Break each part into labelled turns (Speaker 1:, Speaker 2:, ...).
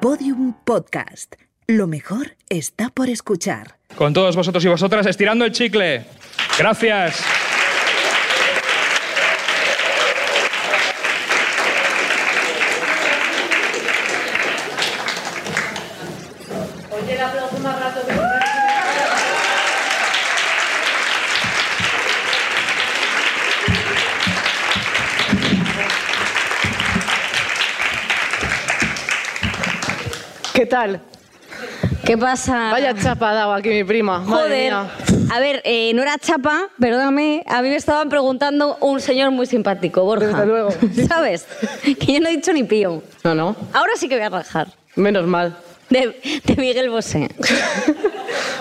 Speaker 1: Podium Podcast. Lo mejor está por escuchar.
Speaker 2: Con todos vosotros y vosotras estirando el chicle. Gracias.
Speaker 3: ¿Qué tal?
Speaker 4: ¿Qué pasa?
Speaker 3: Vaya chapa ha dado aquí mi prima. Madre
Speaker 4: Joder.
Speaker 3: mía.
Speaker 4: A ver, eh, no era chapa, perdóname. A mí me estaban preguntando un señor muy simpático, Borja.
Speaker 3: Desde luego.
Speaker 4: ¿Sabes? Que yo no he dicho ni pío.
Speaker 3: No, no.
Speaker 4: Ahora sí que voy a rajar.
Speaker 3: Menos mal.
Speaker 4: De, de Miguel Bosé.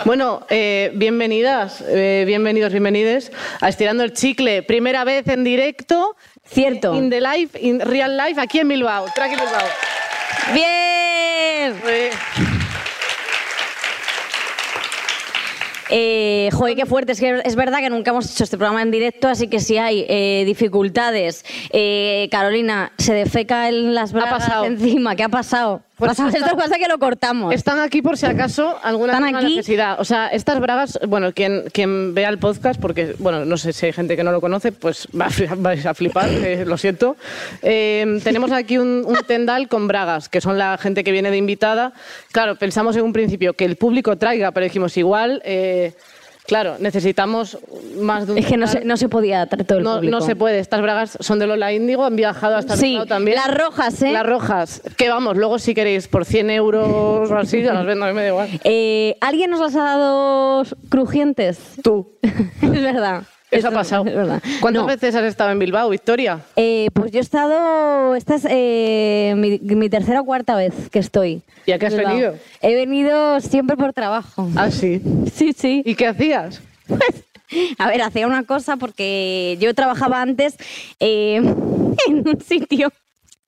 Speaker 3: Bueno, eh, bienvenidas, eh, bienvenidos, bienvenides a Estirando el Chicle. Primera vez en directo.
Speaker 4: Cierto.
Speaker 3: In the life, in real life, aquí en Bilbao. Track in Bilbao.
Speaker 4: ¡Bien!
Speaker 3: Eh,
Speaker 4: Eh, joder, qué fuerte. Es que es verdad que nunca hemos hecho este programa en directo, así que si hay eh, dificultades, eh, Carolina se defeca en las bragas
Speaker 3: pasado.
Speaker 4: encima. ¿Qué ha pasado?
Speaker 3: Pues
Speaker 4: Pasa-
Speaker 3: está-
Speaker 4: esto pasa que lo cortamos.
Speaker 3: Están aquí por si acaso alguna
Speaker 4: Están
Speaker 3: tenga
Speaker 4: aquí.
Speaker 3: necesidad. O sea, estas bragas, bueno, quien, quien vea el podcast, porque, bueno, no sé si hay gente que no lo conoce, pues va a fli- vais a flipar, eh, lo siento. Eh, tenemos aquí un, un tendal con bragas, que son la gente que viene de invitada. Claro, pensamos en un principio que el público traiga, pero dijimos igual, eh, claro, necesitamos más de un
Speaker 4: Es que no
Speaker 3: tendal.
Speaker 4: se, no se podía tratar todo el
Speaker 3: No,
Speaker 4: público.
Speaker 3: no se puede. Estas bragas son de Lola Índigo, han viajado hasta el
Speaker 4: Sí,
Speaker 3: Bilbao también.
Speaker 4: las rojas, ¿eh?
Speaker 3: Las rojas. Que vamos, luego si queréis por 100 euros o así, ya las vendo, a mí me da igual.
Speaker 4: Eh, ¿Alguien nos las ha dado crujientes?
Speaker 3: Tú.
Speaker 4: es verdad.
Speaker 3: Eso
Speaker 4: Esto
Speaker 3: ha pasado.
Speaker 4: Es verdad.
Speaker 3: ¿Cuántas
Speaker 4: No.
Speaker 3: veces has estado en Bilbao, Victoria?
Speaker 4: Eh, pues yo he estado. Esta es eh, mi, mi tercera o cuarta vez que estoy.
Speaker 3: ¿Y a qué has
Speaker 4: Bilbao.
Speaker 3: venido?
Speaker 4: He venido siempre por trabajo.
Speaker 3: Ah, sí.
Speaker 4: Sí, sí.
Speaker 3: ¿Y qué hacías?
Speaker 4: A ver, hacía una cosa porque yo trabajaba antes eh, en un sitio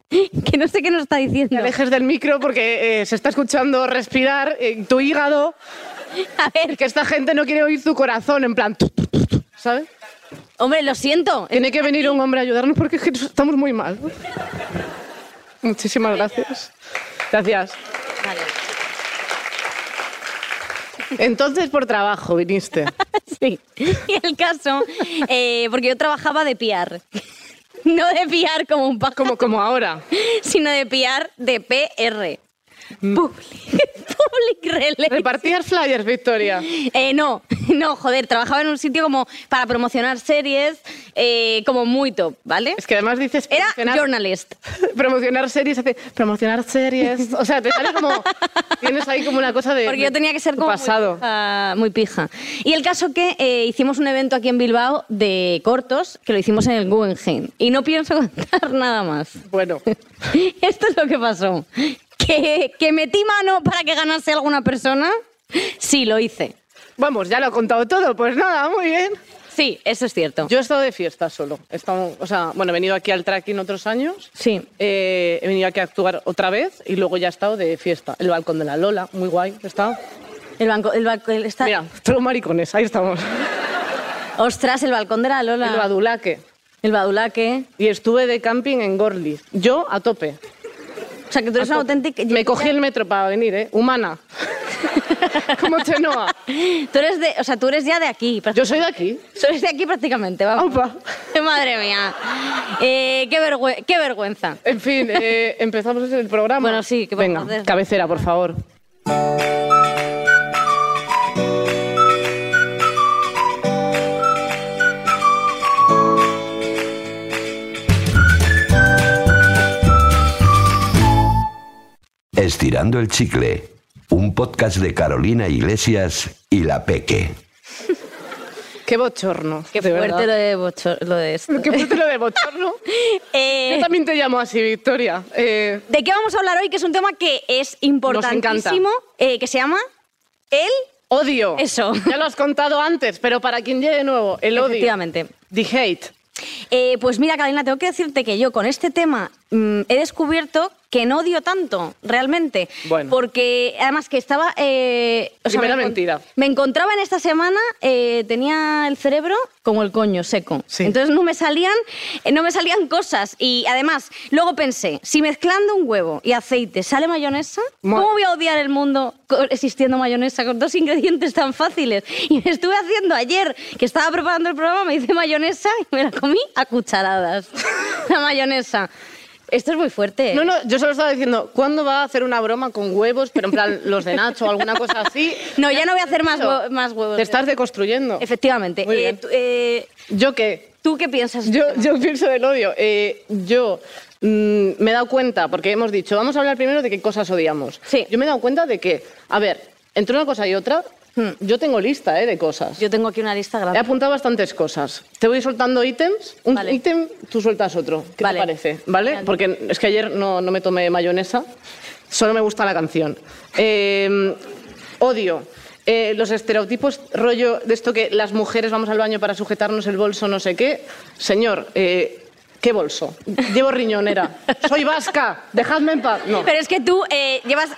Speaker 4: que no sé qué nos está
Speaker 3: Te
Speaker 4: diciendo.
Speaker 3: alejes del micro porque eh, se está escuchando respirar eh, tu hígado.
Speaker 4: A ver,
Speaker 3: Que esta gente no quiere oír tu corazón, en plan... tu, tu, tu, tu, ¿Sabes?
Speaker 4: hombre, lo siento.
Speaker 3: Tiene que venir un hombre a ayudarnos porque es que estamos muy mal. Muchísimas gracias. Gracias.
Speaker 4: Vale.
Speaker 3: Entonces por trabajo viniste.
Speaker 4: Sí. Y el caso, eh, porque yo trabajaba de piar. No de piar como un pájaro,
Speaker 3: Como, como ahora.
Speaker 4: sino de piar de PR.
Speaker 3: Mm.
Speaker 4: Public, public Relations.
Speaker 3: Repartías flyers, Victoria.
Speaker 4: Eh, no, no, joder, trabajaba en un sitio como para promocionar series, eh, como muy top, ¿vale?
Speaker 3: Es que además dices
Speaker 4: Era
Speaker 3: promocionar,
Speaker 4: journalist.
Speaker 3: promocionar series, hace promocionar series. O sea, te sale como tienes ahí como una cosa de
Speaker 4: Porque yo tenía que ser
Speaker 3: tu
Speaker 4: como
Speaker 3: pasado.
Speaker 4: Muy, pija, muy pija. Y el caso que eh, hicimos un evento aquí en Bilbao de cortos, que lo hicimos en el Guggenheim. Y no pienso contar nada más.
Speaker 3: Bueno,
Speaker 4: Esto es lo que pasó. Que, que metí mano para que ganase alguna persona. Sí, lo hice.
Speaker 3: vamos, ya lo he contado todo, pues nada, muy bien.
Speaker 4: Sí, eso es cierto.
Speaker 3: Yo he estado de fiesta solo. He estado- o sea, bueno, he venido aquí al tracking otros años.
Speaker 4: Sí.
Speaker 3: Eh, he venido aquí a actuar otra vez y luego ya he estado de fiesta. El balcón de la Lola, muy guay, he estado.
Speaker 4: El banco, el balco- el está-
Speaker 3: Mira, todos maricones, ahí estamos.
Speaker 4: Ostras, el balcón de la Lola.
Speaker 3: El badulaque.
Speaker 4: El badulaque.
Speaker 3: Y estuve de camping en Gorli. Yo a tope.
Speaker 4: O sea, que tú eres una auténtica.
Speaker 3: Me cogí el metro para venir, ¿eh? Humana. Como Chenoa.
Speaker 4: Tú eres de, o sea, tú eres ya de aquí.
Speaker 3: Yo soy de aquí.
Speaker 4: Tú eres de aquí prácticamente, vamos.
Speaker 3: Aupa.
Speaker 4: Madre mía. Eh, qué, vergüe- qué vergüenza.
Speaker 3: En fin, eh, empezamos el programa.
Speaker 4: Bueno, sí, ¿qué vamos
Speaker 3: Venga,
Speaker 4: a hacer?
Speaker 3: cabecera, por favor.
Speaker 5: Estirando el chicle, un podcast de Carolina Iglesias y La Peque.
Speaker 3: Qué bochorno.
Speaker 4: Qué
Speaker 3: de
Speaker 4: fuerte lo
Speaker 3: verdad.
Speaker 4: de, bochor- lo de esto.
Speaker 3: Qué fuerte lo de bochorno.
Speaker 4: Eh,
Speaker 3: Yo también te llamo así, Victoria. Eh,
Speaker 4: ¿De qué vamos a hablar hoy? Que es un tema que es importantísimo, eh, que se llama el...
Speaker 3: odio.
Speaker 4: Eso.
Speaker 3: Ya lo has contado antes, pero para quien llegue nuevo, el odio.
Speaker 4: Efectivamente.
Speaker 3: The hate.
Speaker 4: Eh, pues mira, Carolina, tengo que decirte que yo con este tema mm, he descubierto que que no odio tanto, realmente.
Speaker 3: Bueno.
Speaker 4: Porque además que estaba... eh,
Speaker 3: Primera
Speaker 4: me encon-
Speaker 3: mentira.
Speaker 4: Me encontraba en esta semana, eh, tenía el cerebro como el coño, seco.
Speaker 3: Sí.
Speaker 4: Entonces no me, salían, eh, no me salían cosas. Y además, luego pensé, si mezclando un huevo y aceite sale mayonesa,
Speaker 3: Madre.
Speaker 4: ¿cómo voy a odiar el mundo co- existiendo mayonesa con dos ingredientes tan fáciles? Y me estuve haciendo ayer, que estaba preparando el programa, me hice mayonesa y me la comí a cucharadas. la mayonesa. Esto es muy fuerte. ¿eh?
Speaker 3: No, no, yo solo estaba diciendo, ¿cuándo va a hacer una broma con huevos, pero en plan los de Nacho o alguna cosa así?
Speaker 4: No, ya no voy a hacer más,
Speaker 3: Eso.
Speaker 4: hue- más huevos.
Speaker 3: Te estás deconstruyendo.
Speaker 4: Efectivamente.
Speaker 3: Muy
Speaker 4: Eh,
Speaker 3: bien.
Speaker 4: tú- eh,
Speaker 3: ¿Yo qué?
Speaker 4: ¿Tú qué piensas?
Speaker 3: Yo, yo pienso del odio. Eh, yo mm, me he dado cuenta, porque hemos dicho, vamos a hablar primero de qué cosas odiamos.
Speaker 4: Sí.
Speaker 3: Yo me he dado cuenta de que, a ver, entre una cosa y otra, yo tengo lista eh, de cosas.
Speaker 4: Hmm. Yo tengo aquí una lista
Speaker 3: He
Speaker 4: grande.
Speaker 3: apuntado bastantes cosas. Te voy soltando ítems. Un
Speaker 4: Vale.
Speaker 3: ítem, tú sueltas otro. ¿Qué
Speaker 4: Vale.
Speaker 3: te parece? ¿Vale? Porque es que ayer no, no me tomé mayonesa. Solo me gusta la canción. Eh, odio. eh, los estereotipos, rollo de esto que las mujeres vamos al baño para sujetarnos el bolso, no sé qué. Señor, eh, ¿qué bolso? Llevo riñonera. Soy vasca. Dejadme en paz. No.
Speaker 4: Pero es que tú eh, llevas...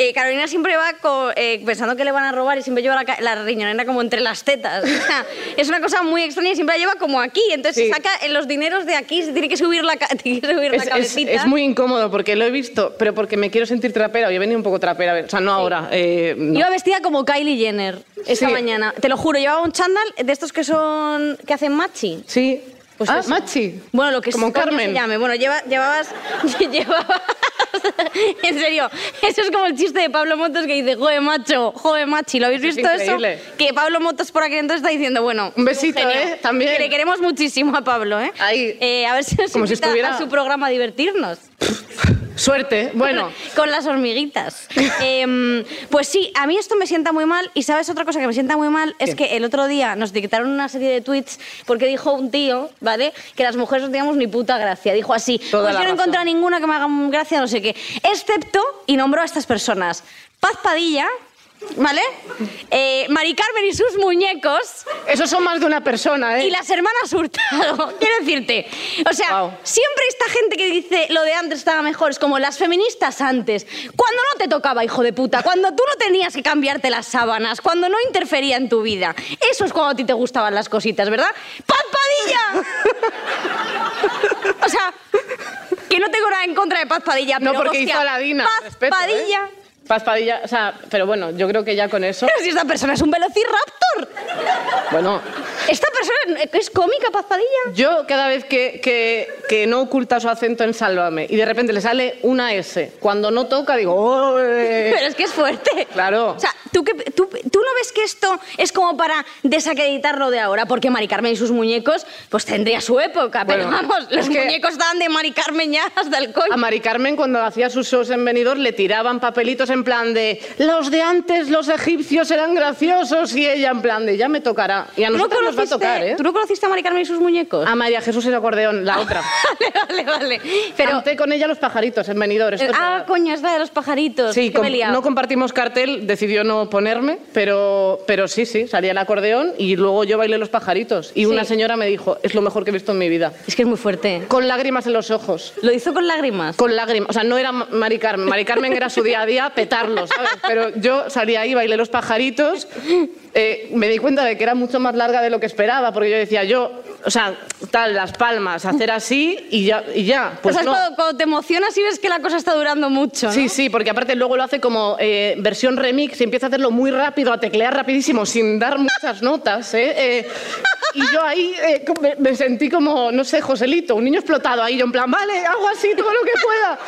Speaker 4: eh, Carolina siempre va co- eh, pensando que le van a robar y siempre lleva la, ca- la riñonera como entre las tetas. O sea, es una cosa muy extraña y siempre la lleva como aquí. Entonces
Speaker 3: Sí.
Speaker 4: se saca eh, los dineros de aquí, se tiene que subir la, ca- tiene que subir la cabecita.
Speaker 3: es muy incómodo porque lo he visto, pero porque me quiero sentir trapera. Yo he venido un poco trapera, a ver, o sea, no ahora. eh, no.
Speaker 4: Iba vestida como Kylie Jenner esta
Speaker 3: Sí.
Speaker 4: mañana. Te lo juro, llevaba un chándal de estos que son... que hacen machi.
Speaker 3: Sí.
Speaker 4: Pues
Speaker 3: ah,
Speaker 4: eso.
Speaker 3: Machi.
Speaker 4: Bueno, lo que
Speaker 3: Como
Speaker 4: se- coño
Speaker 3: Carmen.
Speaker 4: se llame. Bueno, lleva- llevabas... llevabas... en serio, eso es como el chiste de Pablo Motos que dice, joe macho, joe machi. ¿Lo habéis
Speaker 3: Eso es
Speaker 4: visto eso?
Speaker 3: increíble.
Speaker 4: Que Pablo Motos por aquí entonces está diciendo, bueno...
Speaker 3: Un besito,
Speaker 4: genio.
Speaker 3: ¿eh? También.
Speaker 4: Que le queremos muchísimo a Pablo, ¿eh?
Speaker 3: Ahí.
Speaker 4: Eh, a ver si nos
Speaker 3: Como si
Speaker 4: invita
Speaker 3: estuviera-
Speaker 4: a su programa a divertirnos.
Speaker 3: Suerte. Bueno,
Speaker 4: Con las hormiguitas. Em, pues sí, a mí esto me sienta muy mal. Y sabes otra cosa que me sienta muy mal es que el otro día nos etiquetaron una serie de tweets porque dijo un tío, ¿vale? Que las mujeres no teníamos ni puta gracia. Dijo así:
Speaker 3: Toda
Speaker 4: Pues
Speaker 3: la
Speaker 4: yo no he
Speaker 3: razón.
Speaker 4: encontrado ninguna que me haga gracia, no sé qué. Excepto, y nombró a estas personas: Paz Padilla. ¿Vale? Eh, Mari Carmen y sus muñecos
Speaker 3: esos son más de una persona, ¿eh?
Speaker 4: y las hermanas Hurtado. Quiero decirte, o sea,
Speaker 3: Guau.
Speaker 4: siempre esta gente que dice lo de antes estaba mejor, es como las feministas antes, cuando no te tocaba, hijo de puta, cuando tú no tenías que cambiarte las sábanas, cuando no interfería en tu vida. Eso es cuando a ti te gustaban las cositas, ¿verdad? ¡Paz Padilla! o sea, que no tengo nada en contra de Paz Padilla,
Speaker 3: no
Speaker 4: pero,
Speaker 3: porque
Speaker 4: hostia,
Speaker 3: hizo a la Dina.
Speaker 4: Paz
Speaker 3: Respeto, ¿eh?
Speaker 4: Padilla.
Speaker 3: Paz Padilla, o sea, pero bueno, yo creo que ya con eso.
Speaker 4: Pero si esta persona es un velociraptor.
Speaker 3: Bueno,
Speaker 4: Esta persona es cómica, Paz Padilla.
Speaker 3: yo cada vez que, que, que no oculta su acento en Sálvame y de repente le sale una S, cuando no toca digo, "Oh, eh".
Speaker 4: Pero es que es fuerte.
Speaker 3: Claro.
Speaker 4: O sea, ¿tú, qué- tú, tú no ves que esto es como para desacreditarlo de ahora? Porque Mari Carmen y sus muñecos, pues tendría su época. pero
Speaker 3: Bueno,
Speaker 4: vamos, los
Speaker 3: es que-
Speaker 4: muñecos estaban de Mari Carmen ya hasta el
Speaker 3: A
Speaker 4: coño.
Speaker 3: Mari Carmen cuando hacía sus shows en Benidorm le tiraban papelitos en plan de los de antes, los egipcios eran graciosos y ella en plan de ya me tocará. Y a
Speaker 4: ¿Tú no,
Speaker 3: nosotros nos va a
Speaker 4: conociste,
Speaker 3: tocar, ¿eh? Ah.
Speaker 4: ¿Tú no conociste a Mari Carmen y sus muñecos?
Speaker 3: A María Jesús el acordeón, la otra.
Speaker 4: vale, vale, vale. Ah, Pero,
Speaker 3: Canté con ella los pajaritos en Benidorm. esto es
Speaker 4: ah,
Speaker 3: verdad.
Speaker 4: coño, es la de los pajaritos.
Speaker 3: pues, Sí,
Speaker 4: que me he
Speaker 3: com-
Speaker 4: liado.
Speaker 3: no compartimos cartel, decidió no ponerme, pero, pero sí, sí, salía el acordeón y luego yo bailé los pajaritos. Y una
Speaker 4: Sí.
Speaker 3: señora me dijo, es lo mejor que he visto en mi vida.
Speaker 4: Es que es muy fuerte.
Speaker 3: Con lágrimas en los ojos.
Speaker 4: Lo hizo con lágrimas.
Speaker 3: Con lágrimas. O sea, no era Ma- Mari Carmen. Mari Carmen era su día a día petarlo, ¿sabes? Pero yo salí ahí, bailé los pajaritos. eh, me di cuenta de que era mucho más larga de lo que esperaba, porque yo decía, yo, o sea, tal, las palmas, hacer así y ya. Y ya. Pues
Speaker 4: o sea, es
Speaker 3: no.
Speaker 4: cuando, cuando te emocionas y ves que la cosa está durando mucho. ¿no?
Speaker 3: Sí, sí, porque aparte luego lo hace como eh, versión remix y empieza a hacerlo muy rápido, a teclear rapidísimo, sin dar muchas notas. ¿eh? Eh, y yo ahí eh, co- me, me sentí como, no sé, Joselito, un niño explotado ahí, yo en plan, vale, hago así, todo lo que pueda.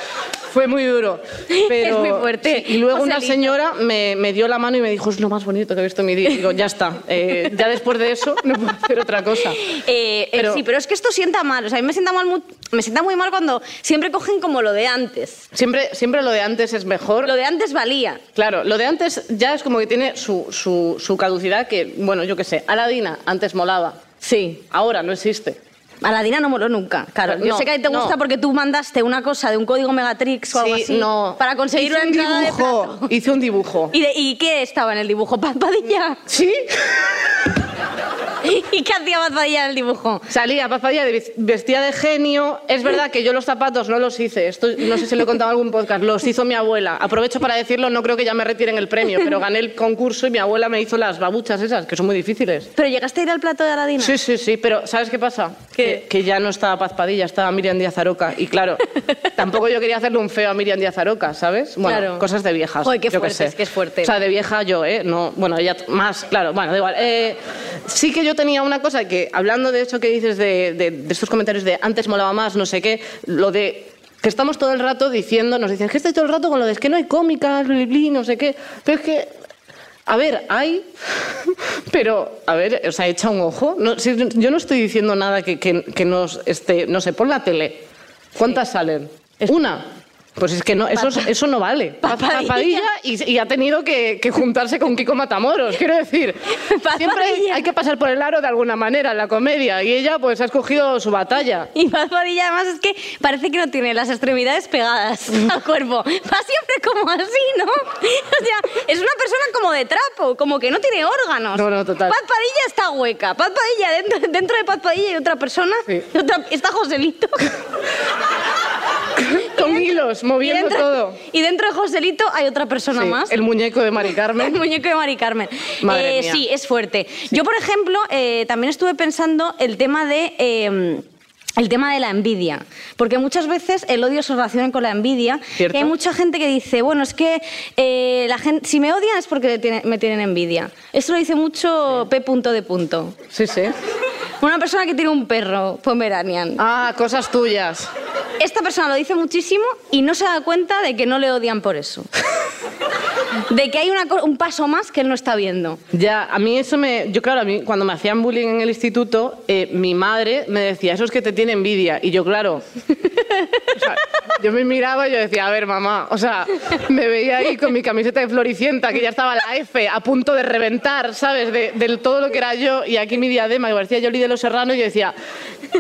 Speaker 3: Fue muy duro. Pero,
Speaker 4: Es muy fuerte,
Speaker 3: sí, y luego una
Speaker 4: Joselito.
Speaker 3: señora me, me dio la mano y me dijo, es lo más bonito que he visto en mi día. Y digo, ya está, eh, ya después de eso no puedo hacer otra cosa.
Speaker 4: Eh, eh,
Speaker 3: Pero-
Speaker 4: sí, pero es que esto sienta mal. O sea, a mí me sienta, mal, mu- me sienta muy mal cuando siempre cogen como lo de antes.
Speaker 3: Siempre, siempre lo de antes es mejor.
Speaker 4: Lo de antes valía.
Speaker 3: Claro, lo de antes ya es como que tiene su, su, su caducidad que, bueno, yo qué sé, Aladina antes molaba,
Speaker 4: Sí.
Speaker 3: ahora no existe.
Speaker 4: Aladina no moló nunca, claro. Yo
Speaker 3: No,
Speaker 4: sé que a ti te
Speaker 3: no.
Speaker 4: gusta porque tú mandaste una cosa de un código Megatrix o algo
Speaker 3: Sí,
Speaker 4: así
Speaker 3: no.
Speaker 4: para conseguir
Speaker 3: Hice
Speaker 4: una entrada de
Speaker 3: dibujo,
Speaker 4: plato.
Speaker 3: Hice un dibujo.
Speaker 4: ¿Y, de- y qué estaba en el dibujo? Paz Padilla.
Speaker 3: ¿Sí?
Speaker 4: ¿Y qué hacía Bazadilla en el dibujo?
Speaker 3: Salía Pafadilla de- vestida de genio. Es verdad que yo los zapatos no los hice. Esto no sé si lo he contado en algún podcast. Los hizo mi abuela. Aprovecho para decirlo, no creo que ya me retiren el premio, pero gané el concurso y mi abuela me hizo las babuchas esas, que son muy difíciles.
Speaker 4: ¿Pero llegaste a ir al plato de Aladina?
Speaker 3: Sí, sí, sí, pero ¿sabes qué pasa?
Speaker 4: ¿Qué?
Speaker 3: Que, que ya no estaba Paz Padilla, estaba Miriam Díaz Aroca. Y claro, tampoco yo quería hacerle un feo a Miriam Díaz Aroca, ¿sabes? Bueno,
Speaker 4: Claro.
Speaker 3: cosas de viejas.
Speaker 4: Joder, qué
Speaker 3: yo
Speaker 4: fuerte,
Speaker 3: sé.
Speaker 4: es que es fuerte.
Speaker 3: O sea, de vieja yo, ¿eh? No, bueno, ella t- más, claro, bueno, da igual. Eh, sí que yo tenía una cosa que, hablando de eso que dices de, de- de estos comentarios de antes molaba más, no sé qué, lo de que estamos todo el rato diciendo, nos dicen que estoy todo el rato con lo de es que no hay cómicas, bli, bli, no sé qué, pero es que... A ver, hay, pero, a ver, o sea, echa un ojo. No, si- yo no estoy diciendo nada que, que, que nos, este, no sé, pon la tele. ¿Cuántas salen? Una. Pues es que no, eso, eso no vale. Paz
Speaker 4: Papadilla.
Speaker 3: Papadilla y, y ha tenido que, que juntarse con Kiko Matamoros, quiero decir.
Speaker 4: Papadilla.
Speaker 3: Siempre hay, hay que pasar por el aro de alguna manera en la comedia y ella pues ha escogido su batalla.
Speaker 4: Y Bazadilla además es que parece que no tiene las extremidades pegadas
Speaker 3: Mm.
Speaker 4: al cuerpo. Va siempre como así, ¿no? O sea, es una persona como de trapo, como que no tiene órganos.
Speaker 3: No, no, total.
Speaker 4: Paz Padilla está hueca. Paz Padilla, dentro, dentro de Paz Padilla hay otra persona.
Speaker 3: Sí.
Speaker 4: y otra- está Joselito.
Speaker 3: Con hilos,
Speaker 4: Y
Speaker 3: moviendo
Speaker 4: dentro,
Speaker 3: todo.
Speaker 4: y dentro de Joselito hay otra persona
Speaker 3: Sí,
Speaker 4: más.
Speaker 3: El muñeco de Mari
Speaker 4: El
Speaker 3: Carmen.
Speaker 4: muñeco de Mari Carmen.
Speaker 3: Madre
Speaker 4: Eh,
Speaker 3: mía.
Speaker 4: Sí, es fuerte. Yo, por ejemplo, eh, también estuve pensando el tema de... eh, el tema de la envidia, porque muchas veces el odio se relaciona con la envidia.
Speaker 3: Cierto.
Speaker 4: Y hay mucha gente que dice, bueno, es que eh, la gente, si me odian es porque le tiene- me tienen envidia. Eso lo dice mucho P. Punto de punto.
Speaker 3: Sí, sí.
Speaker 4: Una persona que tiene un perro, Pomeranian.
Speaker 3: Ah, cosas tuyas.
Speaker 4: Esta persona lo dice muchísimo y no se da cuenta de que no le odian por eso. De que hay una co- un paso más que él no está viendo.
Speaker 3: Ya, a mí eso me... Yo claro, a mí cuando me hacían bullying en el instituto, eh, mi madre me decía, eso es que te tiene envidia. Y yo, claro... o sea, yo me miraba y yo decía, a ver, mamá, o sea, me veía ahí con mi camiseta de floricienta, que ya estaba la F a punto de reventar, ¿sabes? De, del todo lo que era yo, y aquí mi diadema, y parecía Jolie de los Serranos, y yo decía,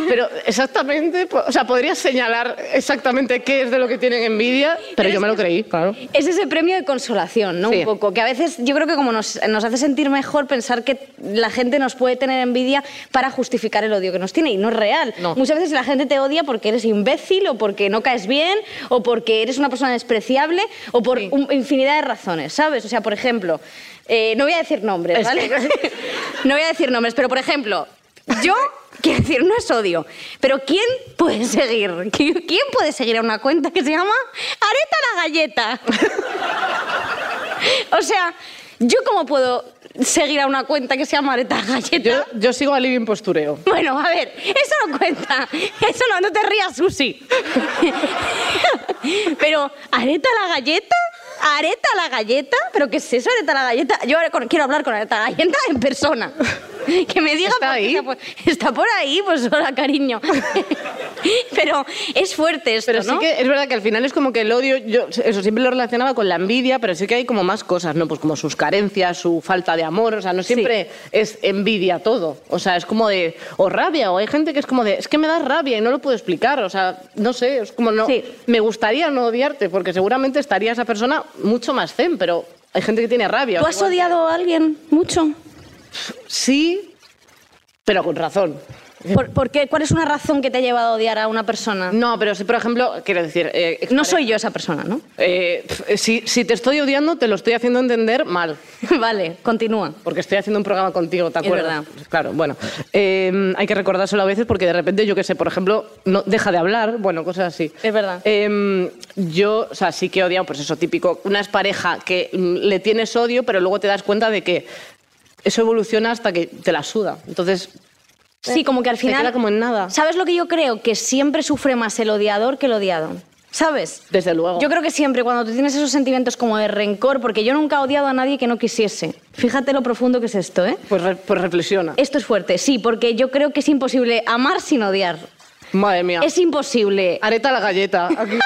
Speaker 3: pero exactamente, po- o sea, podrías señalar exactamente qué es de lo que tienen envidia, pero yo me lo creí, claro.
Speaker 4: Es ese premio de consolación, ¿no?
Speaker 3: Sí.
Speaker 4: Un poco. Que a veces yo creo que como nos, nos hace sentir mejor pensar que la gente nos puede tener envidia para justificar el odio que nos tiene. Y no es real.
Speaker 3: No.
Speaker 4: Muchas veces la gente te odia porque eres imbécil o porque no caes bien o porque eres una persona despreciable o por un- infinidad de razones, ¿sabes? O sea, por ejemplo, eh, no voy a decir nombres,
Speaker 3: Es
Speaker 4: ¿vale?
Speaker 3: que-
Speaker 4: no voy a decir nombres, pero por ejemplo, yo... Quiero decir, no es odio, pero ¿quién puede seguir? ¿Qui- ¿Quién puede seguir a una cuenta que se llama Areta la Galleta? O sea, ¿yo cómo puedo seguir a una cuenta que se llama Areta
Speaker 3: Yo,
Speaker 4: Galleta?
Speaker 3: yo sigo a Living Postureo.
Speaker 4: Bueno, a ver, eso no cuenta. Eso no, no te rías, Susi. Pero, ¿Areta la galleta? ¿Areta la galleta? ¿Pero qué es eso, Areta la galleta? Yo ahora con- quiero hablar con Areta la galleta en persona. Que me diga
Speaker 3: ¿Está
Speaker 4: por qué
Speaker 3: ahí?
Speaker 4: Está por, está por ahí, pues hola, cariño. Pero es fuerte esto,
Speaker 3: Pero sí
Speaker 4: ¿no?
Speaker 3: que es verdad que al final es como que el odio, yo eso siempre lo relacionaba con la envidia, pero sí que hay como más cosas, ¿no? Pues como sus carencias, su falta de amor, o sea, no siempre es envidia todo. O sea, es como de, o rabia, o hay gente que es como de, es que me da rabia y no lo puedo explicar, o sea, no sé, es como no,
Speaker 4: Sí.
Speaker 3: me gustaría no odiarte, porque seguramente estaría esa persona mucho más zen, pero hay gente que tiene rabia.
Speaker 4: ¿Tú has
Speaker 3: Igual-
Speaker 4: odiado a alguien mucho?
Speaker 3: Sí, pero con razón.
Speaker 4: ¿Por, por qué? ¿Cuál es una razón que te ha llevado a odiar a una persona?
Speaker 3: No, pero sí, por ejemplo, quiero decir... eh,
Speaker 4: Ah. No soy yo esa persona, ¿no?
Speaker 3: eh, pf, si, si te estoy odiando, te lo estoy haciendo entender mal.
Speaker 4: vale, continúa.
Speaker 3: Porque estoy haciendo un programa contigo, ¿te
Speaker 4: Es
Speaker 3: acuerdas?
Speaker 4: verdad.
Speaker 3: Claro, bueno. Eh, hay que recordárselo a veces porque de repente, yo qué sé, por ejemplo, no deja de hablar, bueno, cosas así.
Speaker 4: Es verdad.
Speaker 3: Eh, yo, o sea, sí que he odiado, pues eso, típico, una es pareja que mm, le tienes odio, pero luego te das cuenta de que eso evoluciona hasta que te la suda. Entonces,
Speaker 4: Sí, como que al
Speaker 3: se
Speaker 4: final...
Speaker 3: queda como en nada.
Speaker 4: ¿Sabes lo que yo creo? Que siempre sufre más el odiador que el odiado. ¿Sabes?
Speaker 3: Desde luego.
Speaker 4: Yo creo que siempre cuando tú tienes esos sentimientos como de rencor, porque yo nunca he odiado a nadie que no quisiese. Fíjate lo profundo que es esto, ¿eh?
Speaker 3: Pues, re- pues reflexiona.
Speaker 4: Esto es fuerte, sí, porque yo creo que es imposible amar sin odiar.
Speaker 3: Madre mía.
Speaker 4: Es imposible.
Speaker 3: Areta la galleta. Aquí.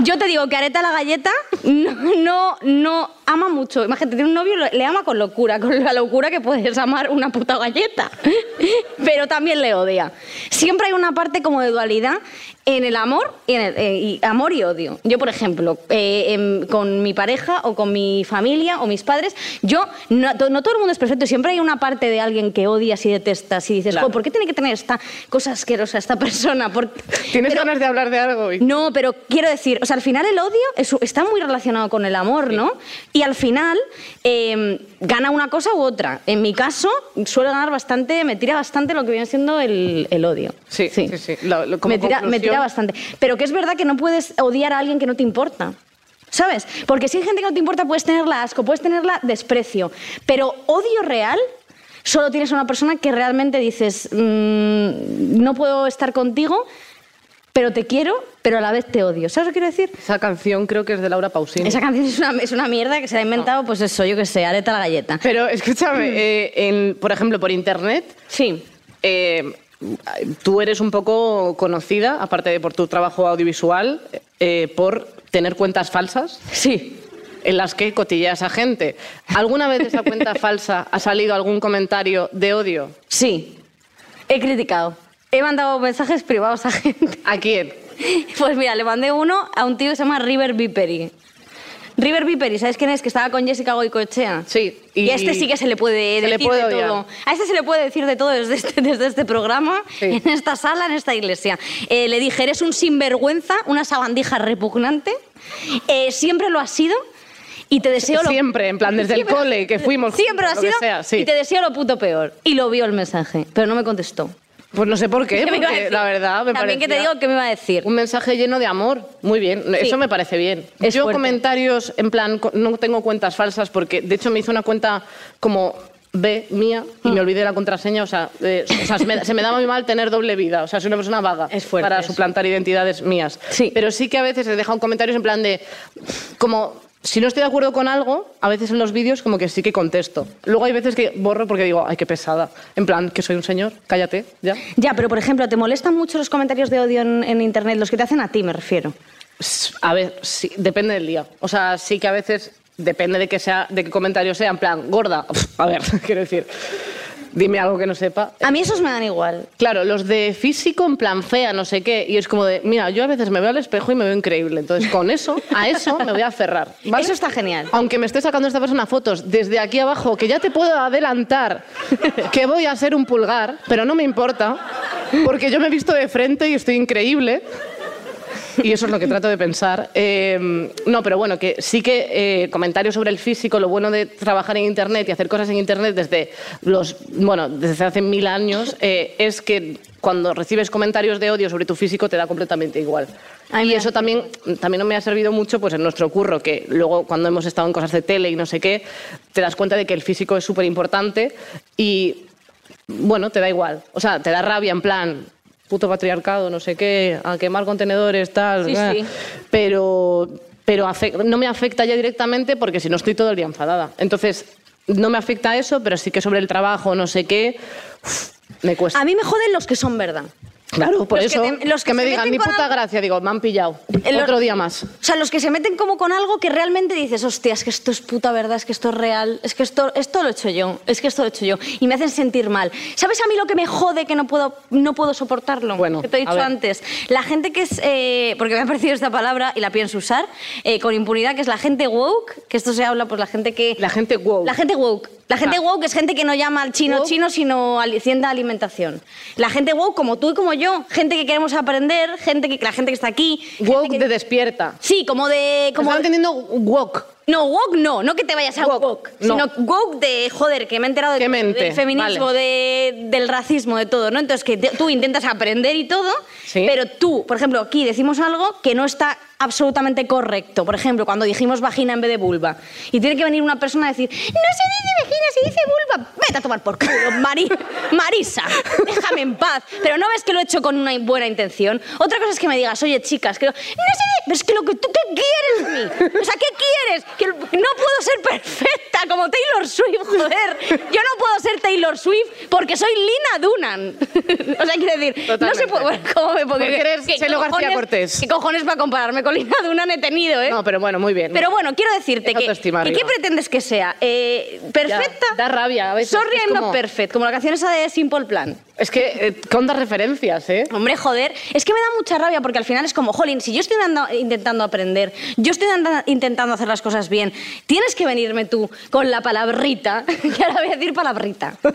Speaker 4: Yo te digo que Areta la galleta no, no, no ama mucho. Imagínate, tiene un novio, lo- le ama con locura, con la locura que puedes amar una puta galleta, pero también le odia. Siempre hay una parte como de dualidad en el amor y, en el- eh, y amor y odio. Yo, por ejemplo, eh, em, con mi pareja o con mi familia o mis padres, yo, no, to- no todo el mundo es perfecto, siempre hay una parte de alguien que odias y detestas y dices,
Speaker 3: Claro.
Speaker 4: "Jo, ¿por qué tiene que tener esta cosa asquerosa esta persona? ¿Por qué?".
Speaker 3: ¿Tienes
Speaker 4: Pero-
Speaker 3: ganas de hablar de algo? Y-
Speaker 4: no, pero quiero decir, o sea, al final el odio es- está muy relacionado con el amor, ¿no? Y al final eh, gana una cosa u otra. En mi caso, suele ganar bastante, me tira bastante lo que viene siendo el, el odio.
Speaker 3: Sí, sí, sí. Lo- lo- como
Speaker 4: me, tira, me
Speaker 3: conclusión-
Speaker 4: tira bastante. Pero que es verdad que no puedes odiar a alguien que no te importa. ¿Sabes? Porque si hay gente que no te importa, puedes tenerla asco, puedes tenerla desprecio. Pero odio real solo tienes a una persona que realmente dices, "Mm, no puedo estar contigo, pero te quiero, pero a la vez te odio. ¿Sabes lo que quiero decir?
Speaker 3: Esa canción creo que es de Laura Pausini.
Speaker 4: Esa canción es una, es una mierda que se la ha inventado, pues eso, yo que sé, Areta la galleta.
Speaker 3: Pero escúchame, eh, en- por ejemplo, por internet,
Speaker 4: Mm. Sí.
Speaker 3: eh, tú eres un poco conocida, aparte de por tu trabajo audiovisual, eh, por tener cuentas falsas
Speaker 4: Sí.
Speaker 3: en las que cotilleas a gente. ¿Alguna vez de esa cuenta falsa ha salido algún comentario de odio?
Speaker 4: Sí. He criticado. He mandado mensajes privados a gente.
Speaker 3: ¿A quién?
Speaker 4: Pues mira, le mandé uno a un tío que se llama River Viperi. River Viperi, ¿sabes quién es? Que estaba con Jessica Goicoechea.
Speaker 3: Sí,
Speaker 4: Y,
Speaker 3: y-
Speaker 4: a este sí que se le puede
Speaker 3: Se le
Speaker 4: decir
Speaker 3: puede
Speaker 4: de
Speaker 3: odiar.
Speaker 4: todo. A este se le puede decir de todo desde este, desde este programa,
Speaker 3: Sí.
Speaker 4: en esta sala, en esta iglesia. Eh, le dije, eres un sinvergüenza, una sabandija repugnante. Eh, siempre lo has sido. Y te deseo lo
Speaker 3: Siempre, en plan, desde el
Speaker 4: Siempre-
Speaker 3: cole, que fuimos
Speaker 4: Siempre lo has
Speaker 3: juntos, lo
Speaker 4: sido.
Speaker 3: que sea, sí.
Speaker 4: Y te deseo lo puto peor. Y lo vio el mensaje, pero no me contestó.
Speaker 3: Pues no sé por qué,
Speaker 4: ¿Qué me iba a
Speaker 3: porque
Speaker 4: decir?
Speaker 3: la verdad me
Speaker 4: También que te
Speaker 3: parecía
Speaker 4: digo que me iba a decir.
Speaker 3: Un mensaje lleno de amor, muy bien, eso me parece bien.
Speaker 4: Es
Speaker 3: Yo
Speaker 4: fuerte.
Speaker 3: comentarios en plan, co- no tengo cuentas falsas porque de hecho me hice una cuenta como B mía y
Speaker 4: Ah.
Speaker 3: me olvidé la contraseña, o sea, eh, o sea, se, me, se me daba muy mal tener doble vida, o sea, soy una persona vaga
Speaker 4: Es fuerte
Speaker 3: para
Speaker 4: eso.
Speaker 3: suplantar identidades mías.
Speaker 4: Sí.
Speaker 3: Pero sí que a veces he dejado comentarios en plan de, como... Si no estoy de acuerdo con algo, a veces en los vídeos como que sí que contesto. Luego hay veces que borro porque digo, ay, qué pesada. En plan, que soy un señor, cállate, ya.
Speaker 4: Ya, pero por ejemplo, ¿te molestan mucho los comentarios de odio en, en internet? Los que te hacen a ti, me refiero.
Speaker 3: A ver, sí, depende del día. O sea, sí que a veces depende de que sea, de qué comentario sea, en plan, gorda. A ver, quiero decir, dime algo que no sepa.
Speaker 4: A mí esos me dan igual.
Speaker 3: Claro, los de físico en plan fea, no sé qué, y es como de, mira, yo a veces me veo al espejo y me veo increíble, entonces con eso, a eso me voy a aferrar. ¿vale?
Speaker 4: Eso está genial.
Speaker 3: Aunque me esté sacando esta persona fotos desde aquí abajo, que ya te puedo adelantar que voy a ser un pulgar, pero no me importa, porque yo me he visto de frente y estoy increíble. Y eso es lo que trato de pensar. Eh, no, pero bueno, que sí que eh, comentarios sobre el físico, lo bueno de trabajar en Internet y hacer cosas en Internet desde los, bueno, desde hace mil años, eh, es que cuando recibes comentarios de odio sobre tu físico te da completamente igual.
Speaker 4: Ay,
Speaker 3: y
Speaker 4: mira.
Speaker 3: eso también, también me ha servido mucho pues, en nuestro curro, que luego cuando hemos estado en cosas de tele y no sé qué, te das cuenta de que el físico es súper importante y bueno, te da igual. O sea, te da rabia en plan, puto patriarcado, no sé qué, a quemar contenedores, tal.
Speaker 4: Sí,
Speaker 3: bla.
Speaker 4: sí.
Speaker 3: Pero, pero afe- no me afecta ya directamente porque si no estoy todo el día enfadada. Entonces, no me afecta eso, pero sí que sobre el trabajo, no sé qué, uf, me cuesta.
Speaker 4: A mí me joden los que son verdad.
Speaker 3: Claro, por
Speaker 4: los que
Speaker 3: eso,
Speaker 4: te- los que
Speaker 3: me
Speaker 4: se
Speaker 3: digan,
Speaker 4: meten
Speaker 3: ni
Speaker 4: con
Speaker 3: puta
Speaker 4: algo-
Speaker 3: gracia, digo, me han pillado.
Speaker 4: Eh, los-
Speaker 3: Otro día más.
Speaker 4: O sea, los que se meten como con algo que realmente dices, hostia, es que esto es puta verdad, es que esto es real, es que esto, esto lo he hecho yo, es que esto lo he hecho yo. Y me hacen sentir mal. ¿Sabes a mí lo que me jode que no puedo, no puedo soportarlo?
Speaker 3: Bueno,
Speaker 4: que te
Speaker 3: a
Speaker 4: he dicho
Speaker 3: ver.
Speaker 4: antes. La gente que es, eh, porque me ha parecido esta palabra y la pienso usar eh, con impunidad, que es la gente woke, que esto se habla por la gente que...
Speaker 3: La gente wow.
Speaker 4: La gente woke. La gente woke es gente que no llama al chino
Speaker 3: Ah. Woke.
Speaker 4: chino, sino al- hacienda alimentación. La gente woke como tú y como yo. Gente que queremos aprender, gente que, la gente que está aquí. gente
Speaker 3: Woke
Speaker 4: que-
Speaker 3: de despierta.
Speaker 4: Sí, como de... Como
Speaker 3: Como entendiendo woke.
Speaker 4: No, woke no. No que te vayas a
Speaker 3: Woke,
Speaker 4: woke.
Speaker 3: no.
Speaker 4: Sino woke de, joder, que me he enterado de
Speaker 3: Que
Speaker 4: todo,
Speaker 3: mente,
Speaker 4: del feminismo,
Speaker 3: vale.
Speaker 4: de- del racismo, de todo, ¿no? Entonces que te- tú intentas aprender y todo,
Speaker 3: Sí.
Speaker 4: pero tú, por ejemplo, aquí decimos algo que no está absolutamente correcto. Por ejemplo, cuando dijimos vagina en vez de vulva. Y tiene que venir una persona a decir, no se dice vagina, se dice vulva. Vete a tomar por culo, Mari- Marisa. Déjame en paz. Pero no ves que lo he hecho con una buena intención. Otra cosa es que me digas, oye, chicas, creo, no se dice... Pero es que lo que tú, ¿qué quieres de mí? O sea, ¿qué quieres? Que no puedo ser perfecta como Taylor Swift, joder. Yo no puedo ser Taylor Swift porque soy Lina Dunan. o sea, quiero decir, no
Speaker 3: Totalmente.
Speaker 4: se puede... Bueno, ¿cómo me puedo-
Speaker 3: Porque eres
Speaker 4: ¿qué
Speaker 3: Chelo García
Speaker 4: cojones-
Speaker 3: Cortés.
Speaker 4: ¿Qué cojones para compararme con Lina Dunan he tenido, eh?
Speaker 3: No, pero bueno, muy bien.
Speaker 4: Pero bueno, quiero decirte
Speaker 3: Es
Speaker 4: que,
Speaker 3: autoestima
Speaker 4: que
Speaker 3: arriba.
Speaker 4: ¿qué pretendes que sea? Eh, ¿Perfecta?
Speaker 3: Ya, da rabia a veces,
Speaker 4: Sorry,
Speaker 3: es
Speaker 4: I'm
Speaker 3: como-
Speaker 4: not perfect, como la canción esa de Simple Plan.
Speaker 3: Es que eh, contas referencias, ¿eh?
Speaker 4: Hombre, joder, es que me da mucha rabia porque al final es como, jolín, si yo estoy dando- intentando aprender, yo estoy dando- intentando hacer las cosas bien, tienes que venirme tú con la palabrita, que ahora voy a decir palabrita.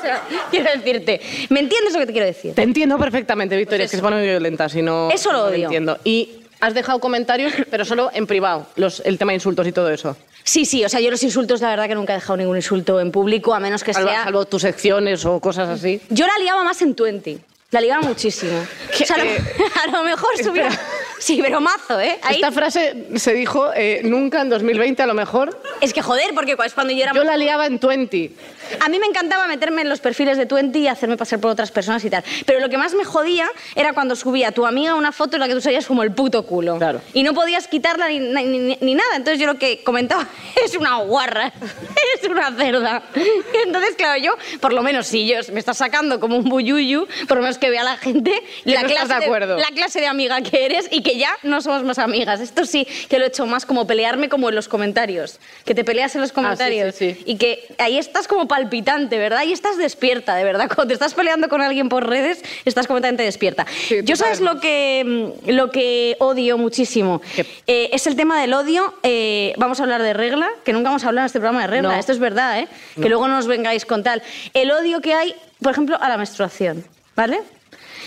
Speaker 4: O sea, quiero decirte, ¿me entiendes lo que te quiero decir?
Speaker 3: Te entiendo perfectamente, Victoria, es que se pone muy violenta, si no.
Speaker 4: Pues Eso lo
Speaker 3: no
Speaker 4: odio.
Speaker 3: entiendo. Y has dejado comentarios, pero solo en privado, los, el tema de insultos y todo eso.
Speaker 4: Sí, sí, o sea, yo los insultos, la verdad que nunca he dejado ningún insulto en público, a menos que
Speaker 3: Salvo,
Speaker 4: sea...
Speaker 3: salvo tus secciones o cosas así.
Speaker 4: Yo la liaba más en Twenty. La liaba muchísimo.
Speaker 3: ¿Qué?
Speaker 4: O sea, a, lo,
Speaker 3: Eh,
Speaker 4: a lo mejor subiera...
Speaker 3: espera.
Speaker 4: Sí, pero mazo, ¿eh? Ahí-
Speaker 3: Esta frase se dijo eh, nunca en 2020, a lo mejor.
Speaker 4: Es que joder, porque es cuando yo era
Speaker 3: Yo la liaba en 20.
Speaker 4: A mí me encantaba meterme en los perfiles de Twenty y hacerme pasar por otras personas y tal. Pero lo que más me jodía era cuando subía a tu amiga una foto en la que tú salías como el puto culo.
Speaker 3: Claro.
Speaker 4: Y no podías quitarla ni, ni- ni- ni nada. Entonces yo lo que comentaba es una guarra, es una cerda. Y entonces, claro, yo, por lo menos si yo me estás sacando como un buyuyu, por lo menos que vea la gente la
Speaker 3: no estás de acuerdo.
Speaker 4: la clase de amiga que eres y que ya no somos más amigas. Esto sí que lo he hecho más como pelearme como en los comentarios. Que te peleas en los comentarios.
Speaker 3: Ah, sí, sí.
Speaker 4: Y que ahí estás como palpitante, ¿verdad? Y estás despierta, de verdad. Cuando te estás peleando con alguien por redes, estás completamente despierta.
Speaker 3: Sí,
Speaker 4: Yo sabes
Speaker 3: totalmente.
Speaker 4: lo que, mm, lo que odio muchísimo.
Speaker 3: ¿Qué?
Speaker 4: Eh, es el tema del odio. Eh, vamos a hablar de regla, que nunca hemos hablado en este programa de regla.
Speaker 3: No.
Speaker 4: Esto es verdad, ¿eh? Que luego no os vengáis con tal. El odio que hay, por ejemplo, a la menstruación, ¿vale?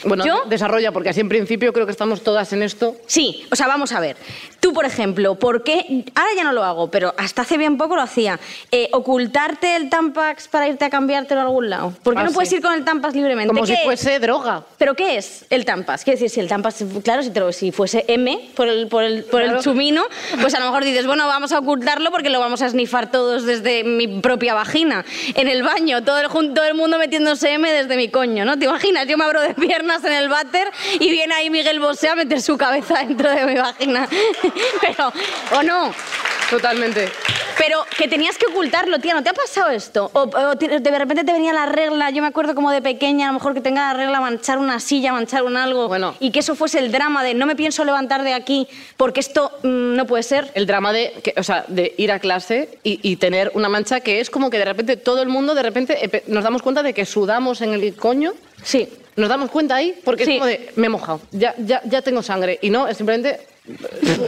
Speaker 3: Bueno,
Speaker 4: Yo-
Speaker 3: desarrolla, porque así en principio creo que estamos todas en esto.
Speaker 4: Sí, o sea, vamos a ver. Tú, por ejemplo, ¿por qué? Ahora ya no lo hago, pero hasta hace bien poco lo hacía. Eh, ¿Ocultarte el Tampax para irte a cambiártelo a algún lado? ¿Por qué
Speaker 3: Ah,
Speaker 4: no puedes
Speaker 3: sí.
Speaker 4: ir con el Tampax libremente?
Speaker 3: Como si
Speaker 4: ¿Qué es?
Speaker 3: fuese droga.
Speaker 4: ¿Pero qué es el Tampax? Quiero decir, si el Tampax, claro, si, te lo- si fuese M por el, por, el, por el
Speaker 3: Claro.
Speaker 4: chumino, pues a lo mejor dices, bueno, vamos a ocultarlo porque lo vamos a snifar todos desde mi propia vagina, en el baño, todo el, jun- todo el mundo metiéndose M desde mi coño, ¿no? ¿Te imaginas? Yo me abro de piernas en el váter y viene ahí Miguel Bosé a meter su cabeza dentro de mi vagina. Pero, o no.
Speaker 3: Totalmente.
Speaker 4: Pero que tenías que ocultarlo, tía, ¿no te ha pasado esto? O, o te- de repente te venía la regla, yo me acuerdo como de pequeña, a lo mejor que tenga la regla manchar una silla, manchar un algo,
Speaker 3: Bueno.
Speaker 4: y que eso fuese el drama de no me pienso levantar de aquí porque esto mm, no puede ser.
Speaker 3: El drama de, que- o sea, de ir a clase y, y tener una mancha que es como que de repente todo el mundo, de repente eh, pe- nos damos cuenta de que sudamos en el coño.
Speaker 4: Sí.
Speaker 3: Nos damos cuenta ahí porque
Speaker 4: Sí.
Speaker 3: es como de, me he mojado, ya, ya, ya tengo sangre. Y no, es simplemente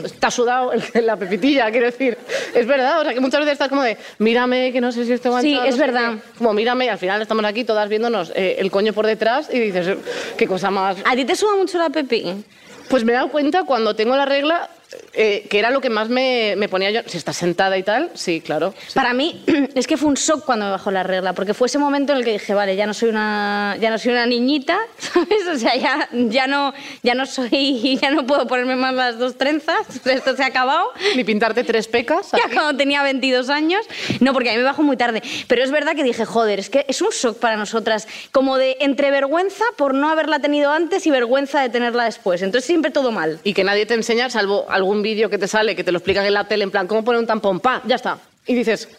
Speaker 3: está sudado en la pepitilla, quiero decir. Es verdad, o sea, que muchas veces estás como de, mírame, que no sé si esto va a
Speaker 4: Sí,
Speaker 3: entrar, no
Speaker 4: es
Speaker 3: sé
Speaker 4: verdad.
Speaker 3: qué". Como mírame, y al final estamos aquí todas viéndonos eh, el coño por detrás y dices, "Eh, qué cosa más
Speaker 4: ¿A ti te suda mucho la pepi?
Speaker 3: pues me he dado cuenta cuando tengo la regla eh, que era lo que más me, me ponía yo. Si estás sentada y tal, sí, claro. sí.
Speaker 4: Para mí es que fue un shock cuando me bajó la regla, porque fue ese momento en el que dije, vale, ya no soy una, ya no soy una niñita, ¿sabes? O sea, ya, ya no, ya no soy, ya no puedo ponerme más las dos trenzas, esto se ha acabado.
Speaker 3: Ni pintarte tres pecas.
Speaker 4: Ya cuando tenía 22 años. No, porque a mí me bajó muy tarde. Pero es verdad que dije, joder, es que es un shock para nosotras. Como de entre vergüenza por no haberla tenido antes y vergüenza de tenerla después. Entonces siempre todo mal.
Speaker 3: Y que nadie te enseña, salvo algún vídeo que te sale, que te lo explican en la tele, en plan, ¿cómo poner un tampón? ¡Pa! Ya está. Y dices,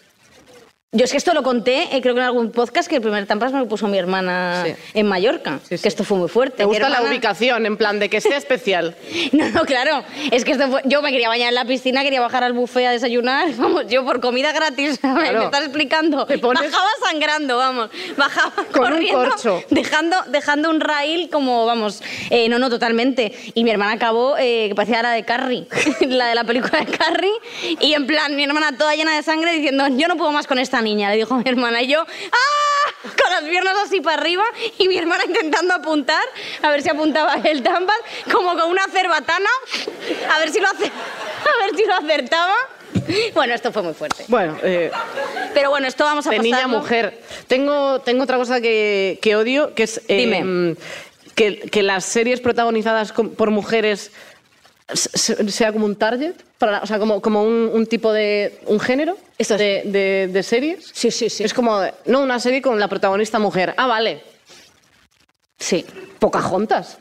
Speaker 4: Yo es que esto lo conté, eh, creo que en algún podcast, que el primer tampas me lo puso mi hermana
Speaker 3: Sí.
Speaker 4: en Mallorca.
Speaker 3: Sí, sí.
Speaker 4: Que esto fue muy fuerte.
Speaker 3: te
Speaker 4: Mi
Speaker 3: gusta la
Speaker 4: hermana-
Speaker 3: ubicación, en plan, de que sea especial.
Speaker 4: No, no, claro. Es que esto fue- yo me quería bañar en la piscina, quería bajar al buffet a desayunar. Vamos, yo por comida gratis, ¿sabes?
Speaker 3: Claro.
Speaker 4: me estás explicando.
Speaker 3: Te pones-
Speaker 4: Bajaba sangrando, vamos. Bajaba
Speaker 3: Con un
Speaker 4: corriendo,
Speaker 3: corcho.
Speaker 4: Dejando, dejando un rail como, vamos, eh, no, no, totalmente. Y mi hermana acabó, eh, que parecía la de Carrie, la de la película de Carrie. Y en plan, mi hermana toda llena de sangre diciendo, yo no puedo más con esta niña, le dijo mi hermana. Y yo, ¡ah! Con las piernas así para arriba y mi hermana intentando apuntar, a ver si apuntaba el tampas, como con una cerbatana, a ver si lo, ace- a ver si lo acertaba. Bueno, esto fue muy fuerte.
Speaker 3: Bueno, eh,
Speaker 4: Pero bueno, esto vamos a
Speaker 3: de
Speaker 4: pasarlo.
Speaker 3: niña a mujer. Tengo, tengo otra cosa que, que odio, que es eh,
Speaker 4: Dime.
Speaker 3: mm, que, que las series protagonizadas con- por mujeres se- se- sea como un target, para la- o sea, como, como un, un tipo de un género de, de- de series.
Speaker 4: Sí, sí, sí.
Speaker 3: Es como, no, una serie con la protagonista mujer. Ah, vale,
Speaker 4: Sí.
Speaker 3: Pocahontas.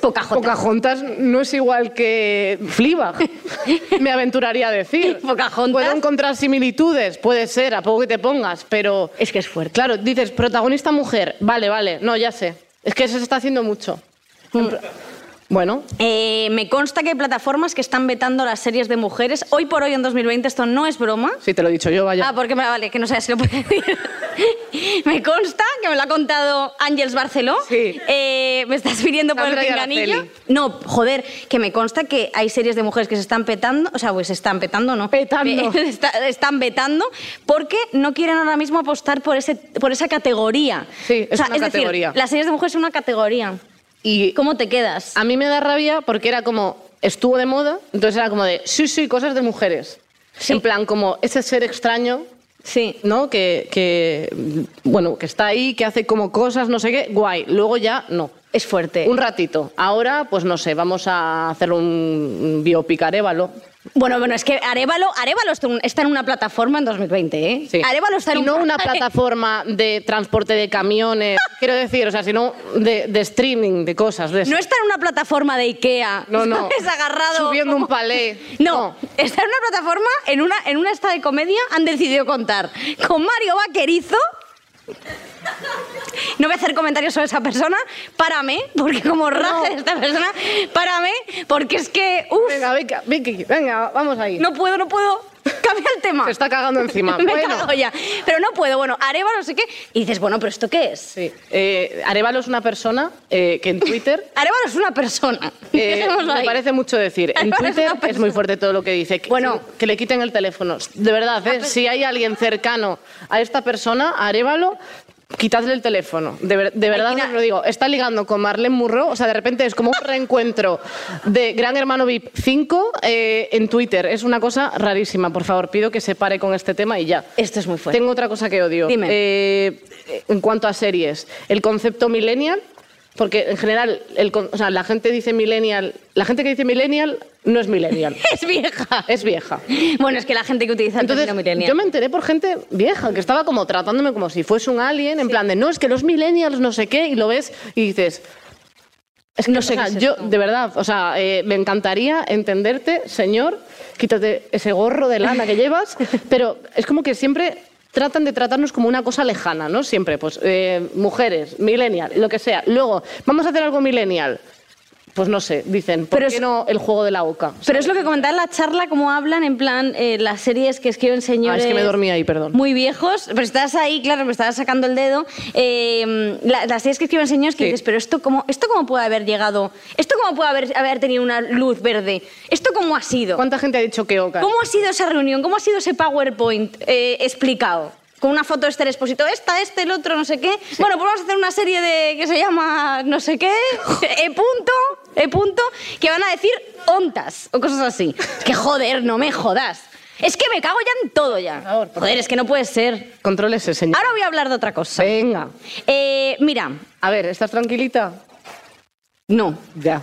Speaker 4: Pocahontas.
Speaker 3: Pocahontas no es igual que Fleabag, me aventuraría a decir.
Speaker 4: Pocahontas.
Speaker 3: Puedo encontrar similitudes, puede ser, a poco que te pongas, pero...
Speaker 4: Es que es fuerte.
Speaker 3: Claro, dices, protagonista mujer, vale, vale, no, ya sé. Es que eso se está haciendo mucho.
Speaker 4: Mm.
Speaker 3: En pla- Bueno,
Speaker 4: Eh, me consta que hay plataformas que están vetando las series de mujeres. Hoy por hoy, en 2020, esto no es broma.
Speaker 3: si te lo he dicho yo, vaya.
Speaker 4: Ah, porque me vale, que no sé si lo puedo decir. me consta que me lo ha contado Ángels Barceló.
Speaker 3: Sí.
Speaker 4: Eh, me estás pidiendo por el
Speaker 3: Sandra y
Speaker 4: pinganillo.
Speaker 3: Araceli.
Speaker 4: No, joder, que me consta que hay series de mujeres que se están petando, o sea, pues se están petando, ¿no?
Speaker 3: Petando.
Speaker 4: Pe- está- están vetando porque no quieren ahora mismo apostar por, ese, por esa categoría.
Speaker 3: Sí, es
Speaker 4: o sea,
Speaker 3: una
Speaker 4: es
Speaker 3: categoría.
Speaker 4: Decir, las series de mujeres son una categoría.
Speaker 3: y
Speaker 4: pues, ¿Cómo te quedas?
Speaker 3: a mí me da rabia porque era como, estuvo de moda, entonces era como de, sí, sí, cosas de mujeres.
Speaker 4: Sí.
Speaker 3: En plan, como ese ser extraño
Speaker 4: Sí.
Speaker 3: ¿no? Que, que, bueno, que está ahí, que hace como cosas, no sé qué, guay. Luego ya no.
Speaker 4: Es fuerte.
Speaker 3: Un ratito. Ahora, pues no sé, vamos a hacer un, un biopic arévalo.
Speaker 4: Bueno, bueno, es que Arevalo, Arevalo está en- está en una plataforma en 2020, ¿eh?
Speaker 3: Sí.
Speaker 4: Arevalo está en
Speaker 3: Y
Speaker 4: un-
Speaker 3: no una plataforma de transporte de camiones, quiero decir, o sea, sino de, de streaming, de cosas. De eso.
Speaker 4: No está en una plataforma de Ikea.
Speaker 3: No, no.
Speaker 4: Es agarrado.
Speaker 3: Subiendo un
Speaker 4: como-
Speaker 3: palé.
Speaker 4: No,
Speaker 3: No.
Speaker 4: está en una plataforma, en una, en una esta de comedia han decidido contar con Mario Vaquerizo. No voy a hacer comentarios sobre esa persona. Párame, porque como raje de esta persona, párame, porque es que. Uf,
Speaker 3: Venga, venga, Vicky, venga, vamos ahí.
Speaker 4: no puedo, no puedo. Cambia el tema.
Speaker 3: Se está cagando encima.
Speaker 4: Me
Speaker 3: Bueno.
Speaker 4: cago ya. Pero no puedo. Bueno, Areva, no sé qué. Y dices, bueno, ¿pero esto qué es?
Speaker 3: Sí. Eh, Arévalo es una persona eh, que en Twitter
Speaker 4: Arevalo es una persona.
Speaker 3: Eh,
Speaker 4: Dejémoslo
Speaker 3: me
Speaker 4: ahí.
Speaker 3: parece mucho decir. En
Speaker 4: Además,
Speaker 3: Twitter
Speaker 4: una
Speaker 3: es muy fuerte todo lo que dice. Que-
Speaker 4: Bueno. Ah, pues
Speaker 3: que le quiten el teléfono. De verdad, ¿eh? si hay alguien cercano a esta persona, a Arevalo, quitadle el teléfono. De, ver- de verdad
Speaker 4: Cristina.
Speaker 3: os lo digo. Está ligando con Marlene Murro. O sea, de repente es como un reencuentro de Gran Hermano VIP 5 eh, en Twitter. Es una cosa rarísima. Por favor, pido que se pare con este tema y ya.
Speaker 4: Esto es muy fuerte.
Speaker 3: Tengo otra cosa que odio.
Speaker 4: Dime.
Speaker 3: Eh, en cuanto a series, el concepto millennial, porque en general el con- o sea, la gente dice millennial, la gente que dice millennial no es millennial,
Speaker 4: Es vieja.
Speaker 3: es vieja.
Speaker 4: Bueno, es que la gente que utiliza el
Speaker 3: Entonces,
Speaker 4: término millennial.
Speaker 3: yo me enteré por gente vieja que estaba como tratándome como si fuese un alien, en plan de no, es que los millennials no sé qué, y lo ves y dices. Es que,
Speaker 4: No
Speaker 3: o
Speaker 4: sé
Speaker 3: sea,
Speaker 4: qué es
Speaker 3: yo,
Speaker 4: esto.
Speaker 3: de verdad, o sea, eh, me encantaría entenderte, señor, quítate ese gorro de lana que llevas, pero es como que siempre tratan de tratarnos como una cosa lejana, ¿no? Siempre, pues, eh, mujeres, millennial, lo que sea. Luego, vamos a hacer algo millennial. Pues no sé, dicen, ¿por
Speaker 4: Pero
Speaker 3: qué
Speaker 4: es-
Speaker 3: no el juego de la oca?
Speaker 4: Pero es lo que comentaba en la charla, como hablan, en plan, eh, las series que escriben
Speaker 3: Ah,
Speaker 4: señores...
Speaker 3: es que me dormí ahí, perdón.
Speaker 4: Muy viejos, pero estás ahí, claro, me estabas sacando el dedo. eh, la- las series que escriben señores que
Speaker 3: Sí.
Speaker 4: dices, pero esto cómo, esto cómo puede haber llegado, esto cómo puede haber, haber tenido una luz verde, esto cómo ha sido,
Speaker 3: ¿Cuánta gente ha dicho que oca?
Speaker 4: cómo ha sido esa reunión, cómo ha sido ese PowerPoint eh, explicado, con una foto de este exposito, esta, este, el otro, no sé qué. Bueno, pues vamos a hacer una serie de que se llama no sé qué, e punto, e punto, que van a decir ontas o cosas así. Es que joder, no me jodas. Es que me cago ya en todo ya.
Speaker 3: favor, por
Speaker 4: Joder, es que no puede ser.
Speaker 3: Contrólese, señor.
Speaker 4: Ahora voy a hablar de otra cosa.
Speaker 3: Venga.
Speaker 4: Eh, mira,
Speaker 3: A ver, ¿estás tranquilita?
Speaker 4: no.
Speaker 3: Ya.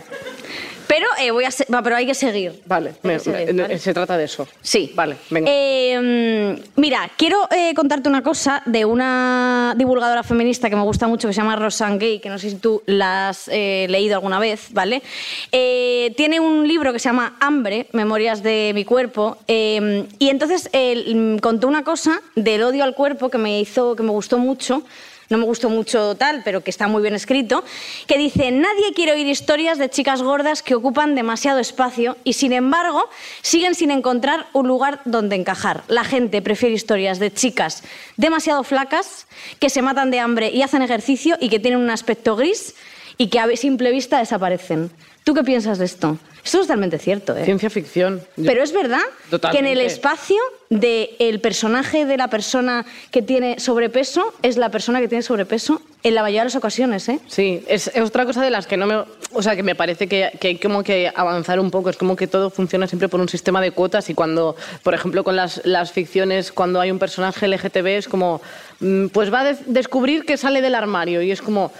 Speaker 4: Pero, eh, voy a se- va, pero hay que seguir.
Speaker 3: Vale, me-
Speaker 4: Hay que seguir,
Speaker 3: me-
Speaker 4: ¿vale?
Speaker 3: se trata de eso.
Speaker 4: Sí.
Speaker 3: Vale, venga.
Speaker 4: Eh, mm, mira, quiero eh, contarte una cosa de una divulgadora feminista que me gusta mucho, que se llama Rosanne Gay, que no sé si tú la has eh, leído alguna vez, ¿vale? Eh, tiene un libro que se llama Hambre, Memorias de mi cuerpo, eh, y entonces eh, mm, contó una cosa del odio al cuerpo que me hizo, que me gustó mucho. No me gustó mucho tal, pero que está muy bien escrito, que dice, nadie quiere oír historias de chicas gordas que ocupan demasiado espacio y sin embargo siguen sin encontrar un lugar donde encajar. La gente prefiere historias de chicas demasiado flacas, que se matan de hambre y hacen ejercicio y que tienen un aspecto gris y que a simple vista desaparecen. ¿Tú qué piensas de esto? Esto es totalmente cierto, ¿eh?
Speaker 3: Ciencia ficción. Yo-
Speaker 4: Pero es verdad
Speaker 3: Totalmente.
Speaker 4: que en el espacio del personaje de la persona que tiene sobrepeso es la persona que tiene sobrepeso en la mayoría de las ocasiones, ¿eh?
Speaker 3: Sí, es, es otra cosa de las que no me... O sea, que me parece que, que hay como que avanzar un poco. Es como que todo funciona siempre por un sistema de cuotas y cuando, por ejemplo, con las, las ficciones, cuando hay un personaje LGTB es como, mm, pues va a de- descubrir que sale del armario y es como...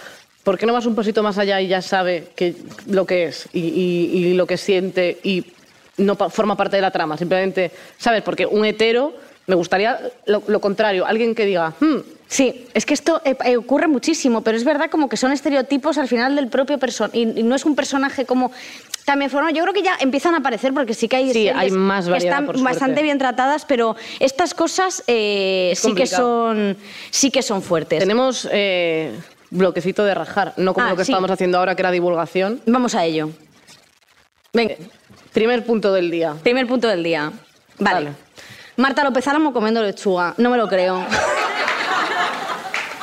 Speaker 3: ¿Por qué no vas un pasito más allá y ya sabe que, lo que es y, y- y lo que siente y no pa- forma parte de la trama? Simplemente, ¿sabes? Porque un hetero Me gustaría lo, lo contrario, alguien que diga, "Hmm,
Speaker 4: Sí, es que esto eh, eh, ocurre muchísimo, pero es verdad como que son estereotipos al final del propio personaje y, y no es un personaje como también formado. Yo creo que ya empiezan a aparecer porque sí que hay
Speaker 3: Sí,
Speaker 4: series
Speaker 3: hay más
Speaker 4: que
Speaker 3: variedad,
Speaker 4: están
Speaker 3: por suerte.
Speaker 4: bastante bien tratadas, pero estas cosas eh,
Speaker 3: Es
Speaker 4: sí que
Speaker 3: complicado.
Speaker 4: son sí que son fuertes.
Speaker 3: tenemos eh, bloquecito de rajar, no como
Speaker 4: Ah,
Speaker 3: lo que
Speaker 4: sí.
Speaker 3: estamos haciendo ahora, que era divulgación.
Speaker 4: Vamos a ello. Venga,
Speaker 3: Primer punto del día.
Speaker 4: primer punto del día. Vale.
Speaker 3: Vale.
Speaker 4: Marta López Álamo comiendo lechuga. No me lo creo.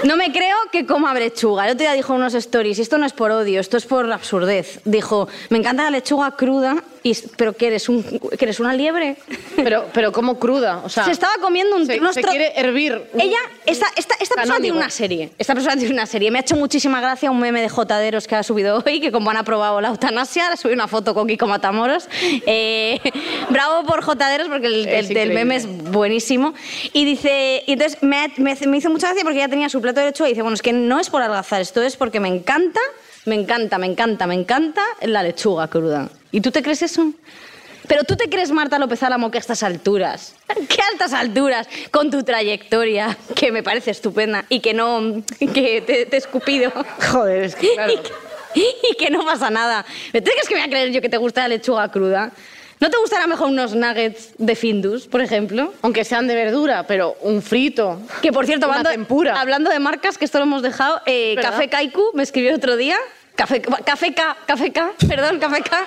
Speaker 4: No me creo que coma lechuga. El otro día dijo en unos stories, y esto no es por odio, esto es por absurdez. Dijo, me encanta la lechuga cruda, y, s- pero que eres, un, que eres una liebre.
Speaker 3: Pero, pero como cruda, o sea...
Speaker 4: se estaba comiendo un
Speaker 3: se,
Speaker 4: unos
Speaker 3: se
Speaker 4: tro-
Speaker 3: quiere hervir. un-
Speaker 4: Ella, esta, esta, esta persona tiene
Speaker 3: Canónigo.
Speaker 4: una serie. Esta persona tiene una serie. Me ha hecho muchísima gracia un meme de jotaderos que ha subido hoy, que como han aprobado la eutanasia, le subí una foto con Kiko Matamoros. Eh, bravo por jotaderos, porque el,
Speaker 3: Es
Speaker 4: el del meme es buenísimo. Y dice, y entonces me, ha- me hace- me hizo mucha gracia porque ella tenía su plato de lechuga y dice, bueno, es que no es por algazar, esto es porque me encanta, me encanta, me encanta, me encanta la lechuga cruda. ¿Y tú te crees eso? Pero tú te crees, Marta López Álamo, que a estas alturas, qué altas alturas, con tu trayectoria, que me parece estupenda y que no, que te, te he escupido.
Speaker 3: Joder, es que claro.
Speaker 4: Y, que, y que no pasa nada. ¿Me te crees que me voy a creer yo que te gusta la lechuga cruda? ¿No te gustará mejor unos nuggets de Findus, por ejemplo?
Speaker 3: Aunque sean de verdura, pero un frito.
Speaker 4: Que por cierto,
Speaker 3: Una
Speaker 4: hablando,
Speaker 3: tempura.
Speaker 4: hablando de marcas, que esto lo hemos dejado, eh,
Speaker 3: ¿Verdad?
Speaker 4: Café Kaiku me escribió otro día. Café, Café K, Café K, perdón, Café K.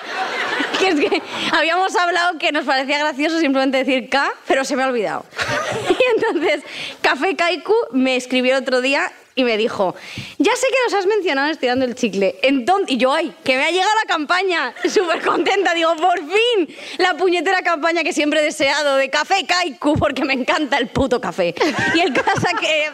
Speaker 4: Que es que habíamos hablado que nos parecía gracioso simplemente decir K, pero se me ha olvidado. Y entonces, Café Kaiku me escribió otro día y me dijo, ya sé que nos has mencionado estirando el chicle. Entonces, y yo, ay, que me ha llegado la campaña, súper contenta, digo, por fin, la puñetera campaña que siempre he deseado de Café Kaiku, porque me encanta el puto café. Y el caso que...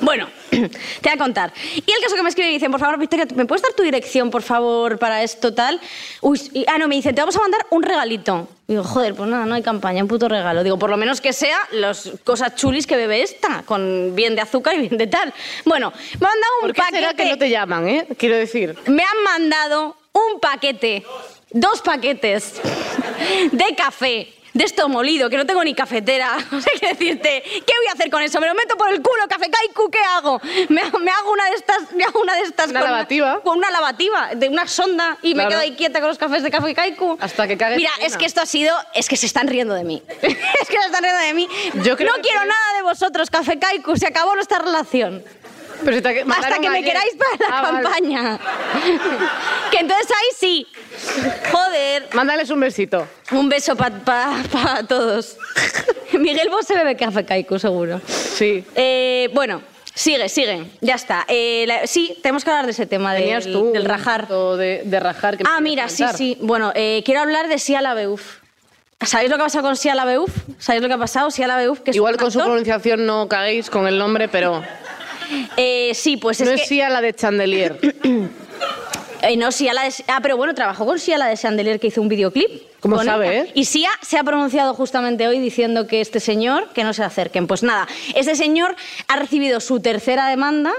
Speaker 4: Bueno, te voy a contar. Y el caso que me escriben y dicen, por favor, Victoria, ¿me puedes dar tu dirección, por favor, para esto tal? Uy, y- ah, no, me dicen, te vamos a mandar un regalito. Digo, joder, pues nada, no hay campaña, un puto regalo. Digo, por lo menos que sea las cosas chulis que bebe esta, con bien de azúcar y bien de tal. Bueno, me han dado un
Speaker 3: ¿Por qué
Speaker 4: paquete.
Speaker 3: será que no te llaman, eh? Quiero decir.
Speaker 4: Me han mandado un paquete, dos paquetes de café. De esto molido, que no tengo ni cafetera. No sé qué decirte. ¿Qué voy a hacer con eso? ¿Me lo meto por el culo, café kaiku? ¿Qué hago? Me, ha- me hago una de estas. Me hago una de estas.
Speaker 3: Una
Speaker 4: con
Speaker 3: lavativa.
Speaker 4: con una lavativa, de una sonda, y me
Speaker 3: Claro.
Speaker 4: quedo ahí quieta con los cafés de café kaiku.
Speaker 3: Hasta que cagues
Speaker 4: Mira,
Speaker 3: en
Speaker 4: es
Speaker 3: una.
Speaker 4: que esto ha sido. Es que se están riendo de mí. es que se están riendo de mí.
Speaker 3: Yo creo
Speaker 4: no
Speaker 3: que-
Speaker 4: quiero nada de vosotros, café kaiku. Se acabó nuestra relación.
Speaker 3: Pero si te
Speaker 4: Hasta
Speaker 3: mandaron
Speaker 4: que me
Speaker 3: ayer.
Speaker 4: queráis para la
Speaker 3: Ah, vale.
Speaker 4: campaña. que entonces ahí sí. Joder.
Speaker 3: Mándales un besito.
Speaker 4: Un beso para todos. Miguel vos se bebe café caico, seguro.
Speaker 3: Sí.
Speaker 4: Eh, bueno, sigue, sigue. Ya está. Eh, la- sí, tenemos que hablar de ese tema
Speaker 3: Tenías
Speaker 4: del,
Speaker 3: tú
Speaker 4: del
Speaker 3: un
Speaker 4: rajar.
Speaker 3: punto De, de rajar. que me
Speaker 4: Ah,
Speaker 3: querías
Speaker 4: mira, sí,
Speaker 3: contar.
Speaker 4: sí. Bueno, eh, quiero hablar de Sia Labeuf. ¿Sabéis lo que ha pasado con Sia Labeuf? ¿Sabéis lo que ha pasado? Sia Labeouf, que es
Speaker 3: Igual
Speaker 4: un
Speaker 3: con su
Speaker 4: actor.
Speaker 3: pronunciación no caguéis con el nombre, pero
Speaker 4: Eh, sí, pues
Speaker 3: no
Speaker 4: es
Speaker 3: es
Speaker 4: que...
Speaker 3: Sia la de Chandelier.
Speaker 4: Eh, no, Sia la de... Ah, pero bueno, trabajó con Sia la de Chandelier que hizo un videoclip.
Speaker 3: ¿Cómo
Speaker 4: con
Speaker 3: sabe,
Speaker 4: ella.
Speaker 3: eh?
Speaker 4: Y Sia se ha pronunciado justamente hoy diciendo que este señor, que no se acerquen. Pues nada, este señor ha recibido su tercera demanda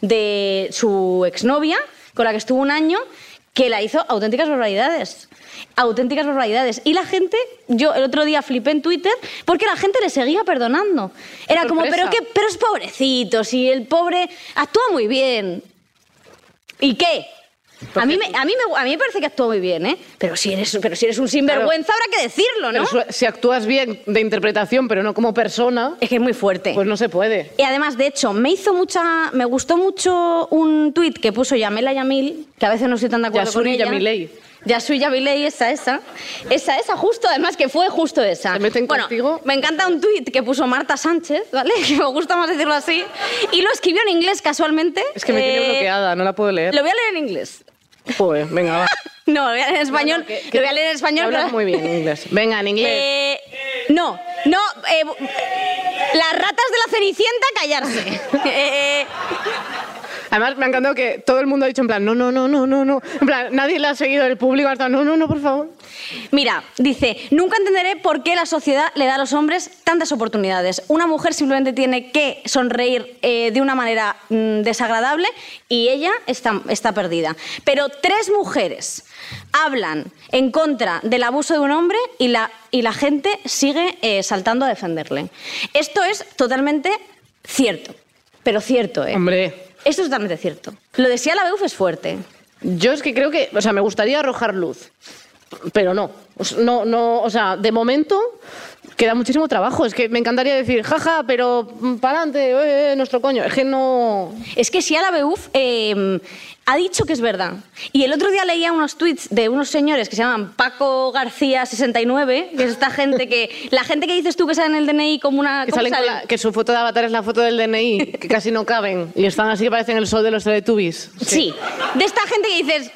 Speaker 4: de su exnovia, con la que estuvo un año, que la hizo auténticas barbaridades. Auténticas barbaridades. Y la gente, yo el otro día flipé en Twitter porque la gente le seguía perdonando. Era como,
Speaker 3: sorpresa.
Speaker 4: pero qué, pero es pobrecito, si el pobre actúa muy bien. ¿Y qué? A mí, me, a, mí me, a mí me parece que actúa muy bien, ¿eh? Pero si eres, pero si eres un sinvergüenza, habrá que decirlo,
Speaker 3: Pero
Speaker 4: ¿no?
Speaker 3: su- Si actúas bien de interpretación, pero no como persona,
Speaker 4: Es que es muy fuerte.
Speaker 3: pues no se puede.
Speaker 4: Y además, de hecho, me hizo mucha. Me gustó mucho un tuit que puso Yamela Yamil, que a veces no estoy tan de acuerdo
Speaker 3: Yasuri
Speaker 4: con ella.
Speaker 3: Yamilei.
Speaker 4: Yasuri Yamilei, esa, esa. Esa, esa, justo, además que fue justo esa.
Speaker 3: Se meten
Speaker 4: bueno,
Speaker 3: contigo.
Speaker 4: me encanta un tuit que puso Marta Sánchez, ¿vale? Que me gusta más decirlo así. Y lo escribió en inglés casualmente.
Speaker 3: Es que me tiene ¿eh?
Speaker 4: Eh,
Speaker 3: bloqueada, no la puedo leer.
Speaker 4: Lo voy a leer en inglés.
Speaker 3: Joder, venga, va.
Speaker 4: No, lo voy a leer en español.
Speaker 3: No, no, que-
Speaker 4: lo voy a leer en español.
Speaker 3: Hablas
Speaker 4: pero-
Speaker 3: muy bien inglés. Venga, en inglés.
Speaker 4: Eh, no, no. eh, eh, bu- las ratas de la Cenicienta, callarse. Eh,
Speaker 3: Además, me ha encantado que todo el mundo ha dicho en plan, no, no, no, no, no, no. En plan, nadie le ha seguido, el público ha estado, no, no, no, por favor.
Speaker 4: Mira, dice, nunca entenderé por qué la sociedad le da a los hombres tantas oportunidades. Una mujer simplemente tiene que sonreír eh, de una manera mm, desagradable y ella está, está perdida. Pero tres mujeres hablan en contra del abuso de un hombre y la, y la gente sigue eh, saltando a defenderle. Esto es totalmente cierto, pero cierto, ¿eh?
Speaker 3: Hombre,
Speaker 4: Esto es totalmente cierto. Lo de Sia la Beuf es fuerte.
Speaker 3: Yo es que creo que, o sea, me gustaría arrojar luz, pero no. O sea, No, no, o sea, de momento queda muchísimo trabajo. Es que me encantaría decir, jaja, pero para adelante, eh, eh, nuestro coño. Es que no.
Speaker 4: Es que si la Beuf eh, ha dicho que es verdad. Y el otro día leía unos tweets de unos señores que se llaman Paco García 69, que es esta gente que. La gente que dices tú que sale en el DNI como una.
Speaker 3: Que,
Speaker 4: ¿cómo
Speaker 3: salen con
Speaker 4: salen?
Speaker 3: la- que su foto de avatar es la foto del DNI, que casi no caben. Y están así que parecen el sol de los Teletubbies.
Speaker 4: Sí. De esta gente que dices.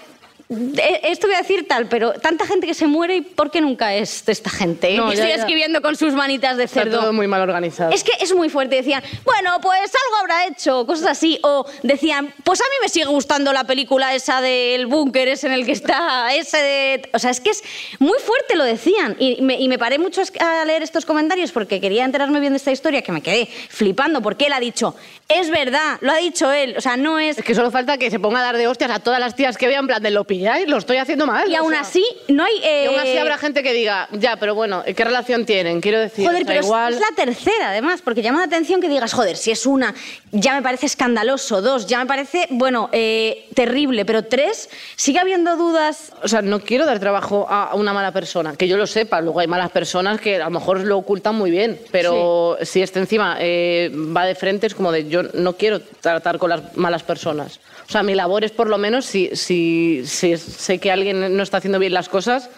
Speaker 4: "E- Esto voy a decir tal, pero tanta gente que se muere, ¿y por qué nunca es de esta gente?
Speaker 3: No,
Speaker 4: y
Speaker 3: ya,
Speaker 4: estoy
Speaker 3: ya.
Speaker 4: escribiendo con sus manitas de
Speaker 3: Está
Speaker 4: cerdo.
Speaker 3: todo muy mal organizado.
Speaker 4: Es que es muy fuerte. Decían, bueno, pues algo habrá hecho, cosas así. O decían, pues a mí me sigue gustando la película esa del búnker, ese en el que está, ese de... O sea, es que es muy fuerte, lo decían. Y me, y me paré mucho a es- a leer estos comentarios porque quería enterarme bien de esta historia, que me quedé flipando, porque él ha dicho, es verdad, lo ha dicho él. O sea, no es...
Speaker 3: Es que solo falta que se ponga a dar de hostias a todas las tías que vean, en plan de lo pilláis, lo estoy haciendo mal.
Speaker 4: Y
Speaker 3: o
Speaker 4: aún
Speaker 3: sea,
Speaker 4: así, no hay...
Speaker 3: y aún así
Speaker 4: eh,
Speaker 3: habrá gente que diga, ya, pero bueno, ¿qué relación tienen? Quiero decir, o
Speaker 4: Joder,
Speaker 3: sea,
Speaker 4: pero es-
Speaker 3: igual...
Speaker 4: es la tercera, además, porque llama la atención que digas, joder, si es una, ya me parece escandaloso, dos, ya me parece, bueno, eh, terrible, pero tres, sigue habiendo dudas.
Speaker 3: O sea, no quiero dar trabajo a a una mala persona, que yo lo sepa. Luego hay malas personas que a lo mejor lo ocultan muy bien, pero si este encima eh, va de frente es como de yo no quiero tratar con las malas personas. O sea, mi labor es por lo menos si, si, si es- sé que alguien no está haciendo bien las cosas,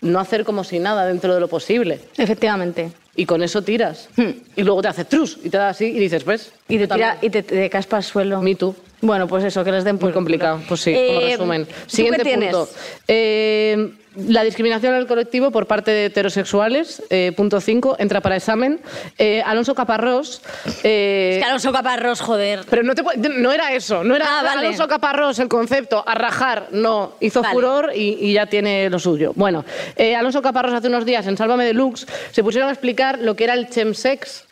Speaker 3: no hacer como si nada dentro de lo posible.
Speaker 4: Efectivamente.
Speaker 3: Y con eso tiras. Y luego te hace trus y te da así y dices, ¿ves?
Speaker 4: Hmm. Y te
Speaker 3: Yo
Speaker 4: tira,
Speaker 3: también.
Speaker 4: y te, te caspa al suelo.
Speaker 3: Me too.
Speaker 4: Bueno, pues eso, que les den por
Speaker 3: Muy complicado,
Speaker 4: culo.
Speaker 3: pues sí, como
Speaker 4: Eh,
Speaker 3: resumen.
Speaker 4: ¿tú qué
Speaker 3: Siguiente
Speaker 4: tienes?
Speaker 3: punto. Eh, la discriminación al colectivo por parte de heterosexuales, eh, punto 5, entra para examen. Eh, Alonso Caparrós. eh,
Speaker 4: Es que Alonso Caparrós, joder.
Speaker 3: pero no, te pu- no era eso, no era
Speaker 4: Ah, vale.
Speaker 3: Alonso Caparrós el concepto, a rajar, no, hizo
Speaker 4: Vale.
Speaker 3: furor y, y ya tiene lo suyo. Bueno, eh, Alonso Caparrós hace unos días en Sálvame Deluxe se pusieron a explicar lo que era el chemsex.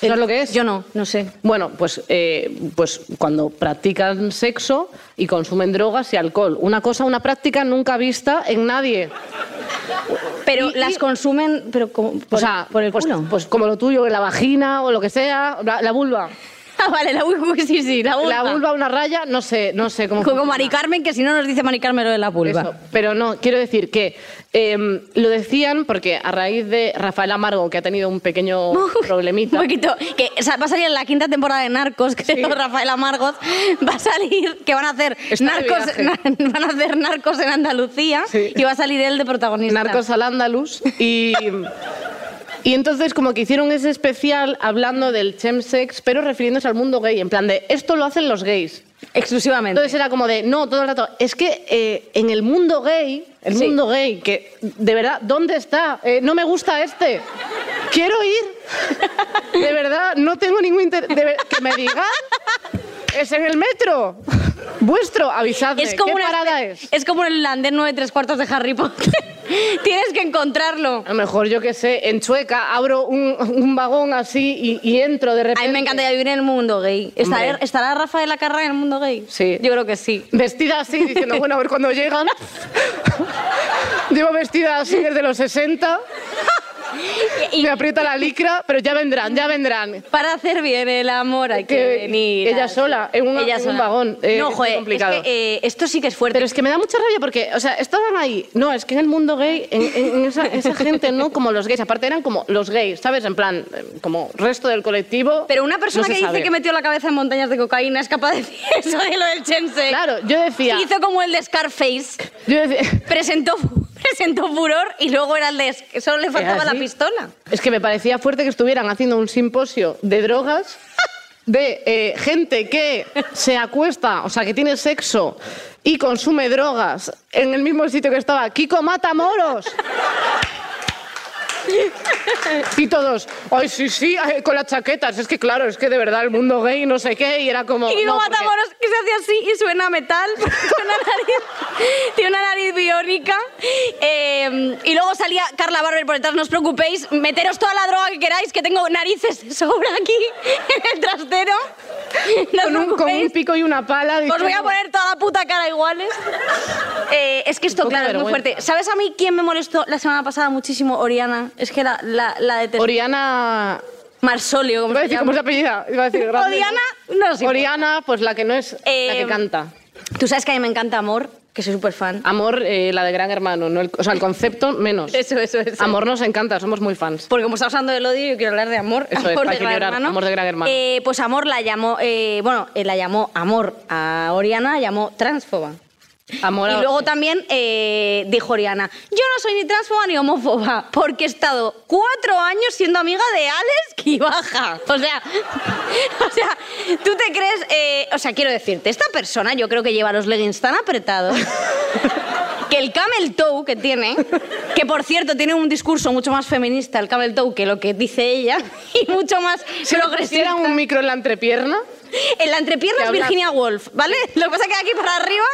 Speaker 3: ¿Sabes lo que es?
Speaker 4: Eh, Yo no, no sé.
Speaker 3: Bueno, pues, eh, pues cuando practican sexo y consumen drogas y alcohol. Una cosa, una práctica nunca vista en nadie.
Speaker 4: Pero
Speaker 3: Y-
Speaker 4: las
Speaker 3: y-
Speaker 4: consumen, pero como- por,
Speaker 3: o sea,
Speaker 4: por el
Speaker 3: pues,
Speaker 4: culo.
Speaker 3: pues como lo tuyo, la vagina o lo que sea, la, la vulva.
Speaker 4: ah, vale, la vulva, sí, sí, la vulva.
Speaker 3: La vulva, una raya, no sé, no sé cómo.
Speaker 4: Como
Speaker 3: funciona.
Speaker 4: Mari Carmen, que si no nos dice Mari Carmen lo de la vulva.
Speaker 3: Eso, pero no, quiero decir que em, lo decían porque a raíz de Rafael Amargo, que ha tenido un pequeño problemita.
Speaker 4: Un poquito. Que o sea, va a salir en la quinta temporada de Narcos, creo, Rafael Amargoz. Va a salir que van a hacer,
Speaker 3: Está de
Speaker 4: narcos,
Speaker 3: viaje.
Speaker 4: na- van a hacer narcos en Andalucía
Speaker 3: Sí.
Speaker 4: y va a salir él de protagonista.
Speaker 3: Narcos al Andalus y y entonces como que hicieron ese especial hablando del chemsex pero refiriéndose al mundo gay en plan de esto lo hacen los gays
Speaker 4: Exclusivamente.
Speaker 3: entonces era como de no todo el rato es que eh, en el mundo gay el
Speaker 4: Sí.
Speaker 3: mundo gay que de verdad dónde está Eh, no me gusta este quiero ir de verdad no tengo ningún interés que me digan es en el metro vuestro avisadme qué
Speaker 4: una
Speaker 3: parada
Speaker 4: espe-
Speaker 3: es
Speaker 4: es como el andén 9 tres cuartos de Harry Potter. Tienes que encontrarlo.
Speaker 3: A lo mejor, yo qué sé, en Chueca abro un, un vagón así y, y entro de
Speaker 4: A
Speaker 3: repente.
Speaker 4: mí me encantaría vivir en el mundo gay. ¿Estará,
Speaker 3: Hombre.
Speaker 4: ¿Estará Rafael Acarra en el mundo gay?
Speaker 3: Sí.
Speaker 4: Yo creo que sí.
Speaker 3: Vestida así, diciendo, bueno, a ver cuando llegan. Llevo vestida así desde los 60,
Speaker 4: Y-
Speaker 3: me aprieta la licra, pero ya vendrán, ya vendrán.
Speaker 4: Para hacer bien el amor hay que,
Speaker 3: Que-
Speaker 4: venir.
Speaker 3: ella
Speaker 4: a-
Speaker 3: sola, en un- en un vagón, eh,
Speaker 4: no,
Speaker 3: es
Speaker 4: joder,
Speaker 3: complicado.
Speaker 4: es que, eh, esto sí que es fuerte.
Speaker 3: Pero es que me da mucha rabia porque, o sea, estaban ahí. No, es que en el mundo gay, en, en- en esa, esa gente, no como los gays. Aparte eran como los gays, ¿sabes? En plan, eh, como resto del colectivo.
Speaker 4: Pero una persona
Speaker 3: no se
Speaker 4: que dice
Speaker 3: sabe.
Speaker 4: que metió la cabeza en montañas de cocaína es capaz de decir eso de lo del chense.
Speaker 3: Claro, yo decía.
Speaker 4: Hizo como el de Scarface.
Speaker 3: Yo decía
Speaker 4: Presentó, presentó furor y luego era el de... que Solo le faltaba la
Speaker 3: así.
Speaker 4: pistola.
Speaker 3: Es que me parecía fuerte que estuvieran haciendo un simposio de drogas, de eh, gente que se acuesta, o sea, que tiene sexo y consume drogas en el mismo sitio que estaba Kiko Matamoros. Y todos, ay, sí, sí, ay, con las chaquetas. Es que claro, es que de verdad el mundo gay, no sé qué, y era como.
Speaker 4: Y
Speaker 3: no,
Speaker 4: Guido
Speaker 3: porque-
Speaker 4: Matamoros que se hace así y suena a metal, porque tiene una nariz, tiene una nariz biónica. Eh, y luego salía Carla Barber por detrás, no os preocupéis, meteros toda la droga que queráis, que tengo narices de sobra aquí en el trastero. No os
Speaker 3: con, un, con un
Speaker 4: preocupéis.
Speaker 3: pico y una pala.
Speaker 4: Os voy a
Speaker 3: diciendo-
Speaker 4: poner toda la puta cara iguales. Eh, es que esto,
Speaker 3: Poca
Speaker 4: claro, es muy
Speaker 3: vergüenza.
Speaker 4: fuerte. ¿Sabes a mí quién me molestó la semana pasada muchísimo? Oriana. Es que la, la, la detesto.
Speaker 3: Oriana.
Speaker 4: Marsolio, como
Speaker 3: Iba a
Speaker 4: se
Speaker 3: decir,
Speaker 4: llama.
Speaker 3: ¿cómo es la apellida? Iba a decir, grande.
Speaker 4: Oriana, no sé.
Speaker 3: Oriana, pues la que no es. la
Speaker 4: Eh,
Speaker 3: que canta.
Speaker 4: Tú sabes que a mí me encanta Amor, que soy súper fan.
Speaker 3: Amor, eh, la de Gran Hermano. No el- o sea, el concepto menos.
Speaker 4: Eso, eso, eso.
Speaker 3: Amor nos encanta, somos muy fans.
Speaker 4: Porque como estamos hablando del odio, yo quiero hablar de amor.
Speaker 3: Eso es,
Speaker 4: amor
Speaker 3: hay que
Speaker 4: Gran
Speaker 3: llorar, amor de Gran Hermano.
Speaker 4: Eh, pues amor la llamó, eh, bueno, eh, la llamó amor a Oriana, la llamó transfoba.
Speaker 3: Amor a-
Speaker 4: y luego también eh, dijo Oriana, yo no soy ni transfoba ni homófoba, porque he estado cuatro años siendo amiga de Alex Kibaja. O sea, o sea, tú te crees, eh, o sea, quiero decirte, esta persona yo creo que lleva los leggings tan apretados. que el camel toe que tiene, que por cierto tiene un discurso mucho más feminista el camel toe que lo que dice ella y mucho más
Speaker 3: Si le
Speaker 4: progresista.
Speaker 3: pusieran un micro en la entrepierna,
Speaker 4: En la entrepierna
Speaker 3: Que
Speaker 4: es
Speaker 3: habla-
Speaker 4: Virginia Woolf, ¿vale? Lo que pasa es que de aquí para arriba,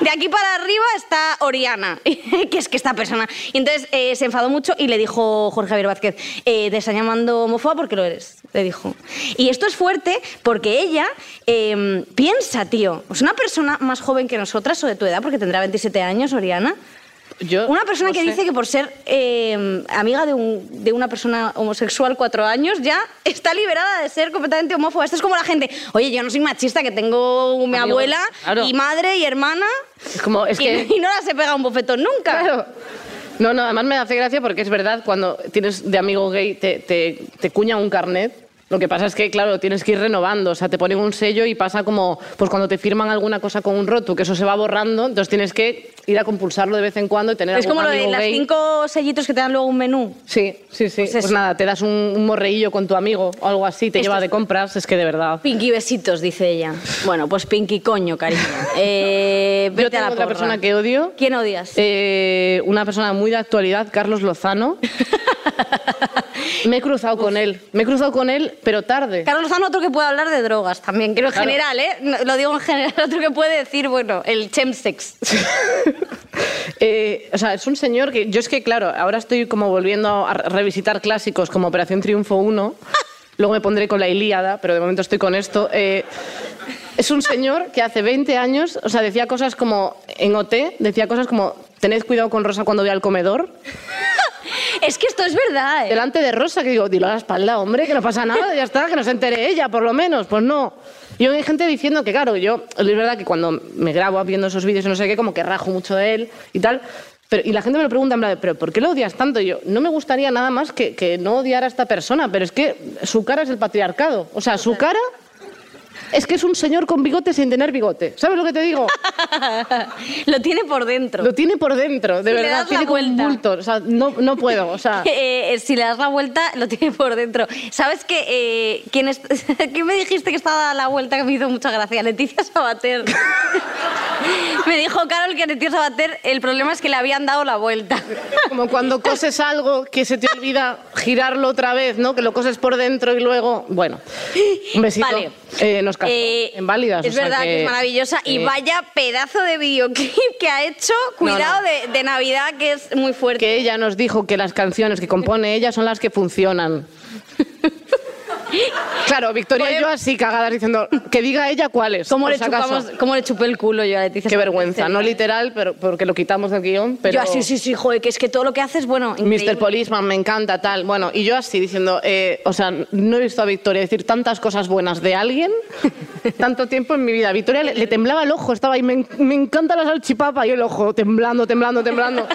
Speaker 4: de aquí para arriba está Oriana, que es que esta persona. Y entonces eh, se enfadó mucho y le dijo Jorge Javier Vázquez, eh, te están llamando homofoba porque lo eres, le dijo. Y esto es fuerte porque ella eh, piensa, tío, es una persona más joven que nosotras o de tu edad, porque tendrá 27 años, Oriana.
Speaker 3: yo.
Speaker 4: Una persona
Speaker 3: no
Speaker 4: que
Speaker 3: sé.
Speaker 4: dice que por ser eh, amiga de, un- de una persona homosexual cuatro años ya está liberada de ser completamente homófoba. Esto es como la gente, oye, yo no soy machista, que tengo mi
Speaker 3: Amigos,
Speaker 4: abuela
Speaker 3: claro.
Speaker 4: y madre y hermana
Speaker 3: Es como, es
Speaker 4: y,
Speaker 3: que.
Speaker 4: y no las he pegado un bofetón nunca.
Speaker 3: Claro. No, no, además me hace gracia porque es verdad, cuando tienes de amigo gay te, te, te cuña un carnet. Lo que pasa es que, claro, tienes que ir renovando, o sea, te ponen un sello y pasa como, pues cuando te firman alguna cosa con un roto, que eso se va borrando, entonces tienes que ir a compulsarlo de vez en cuando y tener
Speaker 4: Es
Speaker 3: algún
Speaker 4: como lo de
Speaker 3: amigo
Speaker 4: las
Speaker 3: gay.
Speaker 4: cinco sellitos que te dan luego un menú.
Speaker 3: Sí, sí, sí. Pues,
Speaker 4: eso.
Speaker 3: nada, te das un, un morreillo con tu amigo o algo así, te
Speaker 4: Esto
Speaker 3: lleva
Speaker 4: es-
Speaker 3: de compras, es que de verdad.
Speaker 4: Pinky besitos, dice ella. Bueno, pues Pinky coño, cariño. Eh, vete
Speaker 3: Yo tengo
Speaker 4: a la
Speaker 3: otra
Speaker 4: porra.
Speaker 3: persona que odio.
Speaker 4: ¿Quién odias?
Speaker 3: Eh, una persona muy de actualidad, Carlos Lozano. me he cruzado con él. Me he cruzado con él, pero tarde.
Speaker 4: Carlos Lozano, otro que puede hablar de drogas también, creo en
Speaker 3: Claro.
Speaker 4: general, ¿eh? No, Lo digo en general, otro que puede decir, bueno, el chemsex.
Speaker 3: Eh, o sea, es un señor que. Yo es que, claro, ahora estoy como volviendo a revisitar clásicos como Operación Triunfo 1. Luego me pondré con la Ilíada, pero de momento estoy con esto. Eh, es un señor que hace 20 años, o sea, decía cosas como. En OT, decía cosas como. Tened cuidado con Rosa cuando vea al comedor.
Speaker 4: Es que esto es verdad, ¿eh?
Speaker 3: Delante de Rosa, que digo, dilo a la espalda, hombre, que no pasa nada, ya está, que no se entere ella, por lo menos. Pues no. Y hay gente diciendo que, claro, yo, es verdad que cuando me grabo viendo esos vídeos y no sé qué, como que rajo mucho de él y tal. Pero, y la gente me lo pregunta, en plan, ¿pero por qué lo odias tanto? Y yo, no me gustaría nada más que, que no odiar a esta persona, pero es que su cara es el patriarcado. O sea, su cara es que es un señor con bigote sin tener bigote. ¿Sabes lo que te digo?
Speaker 4: Lo tiene por dentro.
Speaker 3: Lo tiene por dentro, de
Speaker 4: Si le
Speaker 3: verdad,
Speaker 4: das la
Speaker 3: tiene como un
Speaker 4: vuelta.
Speaker 3: bulto. O sea, no, no puedo, o sea...
Speaker 4: Eh, eh, si le das la vuelta, lo tiene por dentro. ¿Sabes qué? Eh, ¿quién, es- quién me dijiste que estaba a la vuelta que me hizo mucha gracia? Leticia Sabater. me dijo Carol que a Leticia Sabater el problema es que le habían dado la vuelta.
Speaker 3: Como cuando coses algo que se te olvida girarlo otra vez, ¿no? Que lo coses por dentro y luego. Bueno, un besito.
Speaker 4: Vale.
Speaker 3: Eh, nos casó.
Speaker 4: Eh,
Speaker 3: en válidas.
Speaker 4: Es
Speaker 3: o sea
Speaker 4: verdad que, es maravillosa. Y
Speaker 3: eh,
Speaker 4: vaya pedazo de videoclip que ha hecho. Cuidado
Speaker 3: no.
Speaker 4: De, de Navidad, que es muy fuerte.
Speaker 3: Que ella nos dijo que las canciones que compone ella son las que funcionan. Claro, Victoria y yo así cagadas diciendo que diga ella cuáles.
Speaker 4: ¿Cómo
Speaker 3: por
Speaker 4: le,
Speaker 3: si acaso.
Speaker 4: chupamos, ¿Cómo le chupé el culo yo a Leticia?
Speaker 3: Qué
Speaker 4: Sabater?
Speaker 3: vergüenza, no literal, pero porque lo quitamos del guión. Pero...
Speaker 4: Yo así, sí, sí, joder, que es que todo lo que haces, bueno, increíble.
Speaker 3: Mr. Policeman, me encanta, tal. Bueno, y yo así diciendo, eh, o sea, no he visto a Victoria decir tantas cosas buenas de alguien tanto tiempo en mi vida. Victoria le, le temblaba el ojo, estaba ahí, me, en- me encanta la salchipapa y el ojo temblando, temblando, temblando.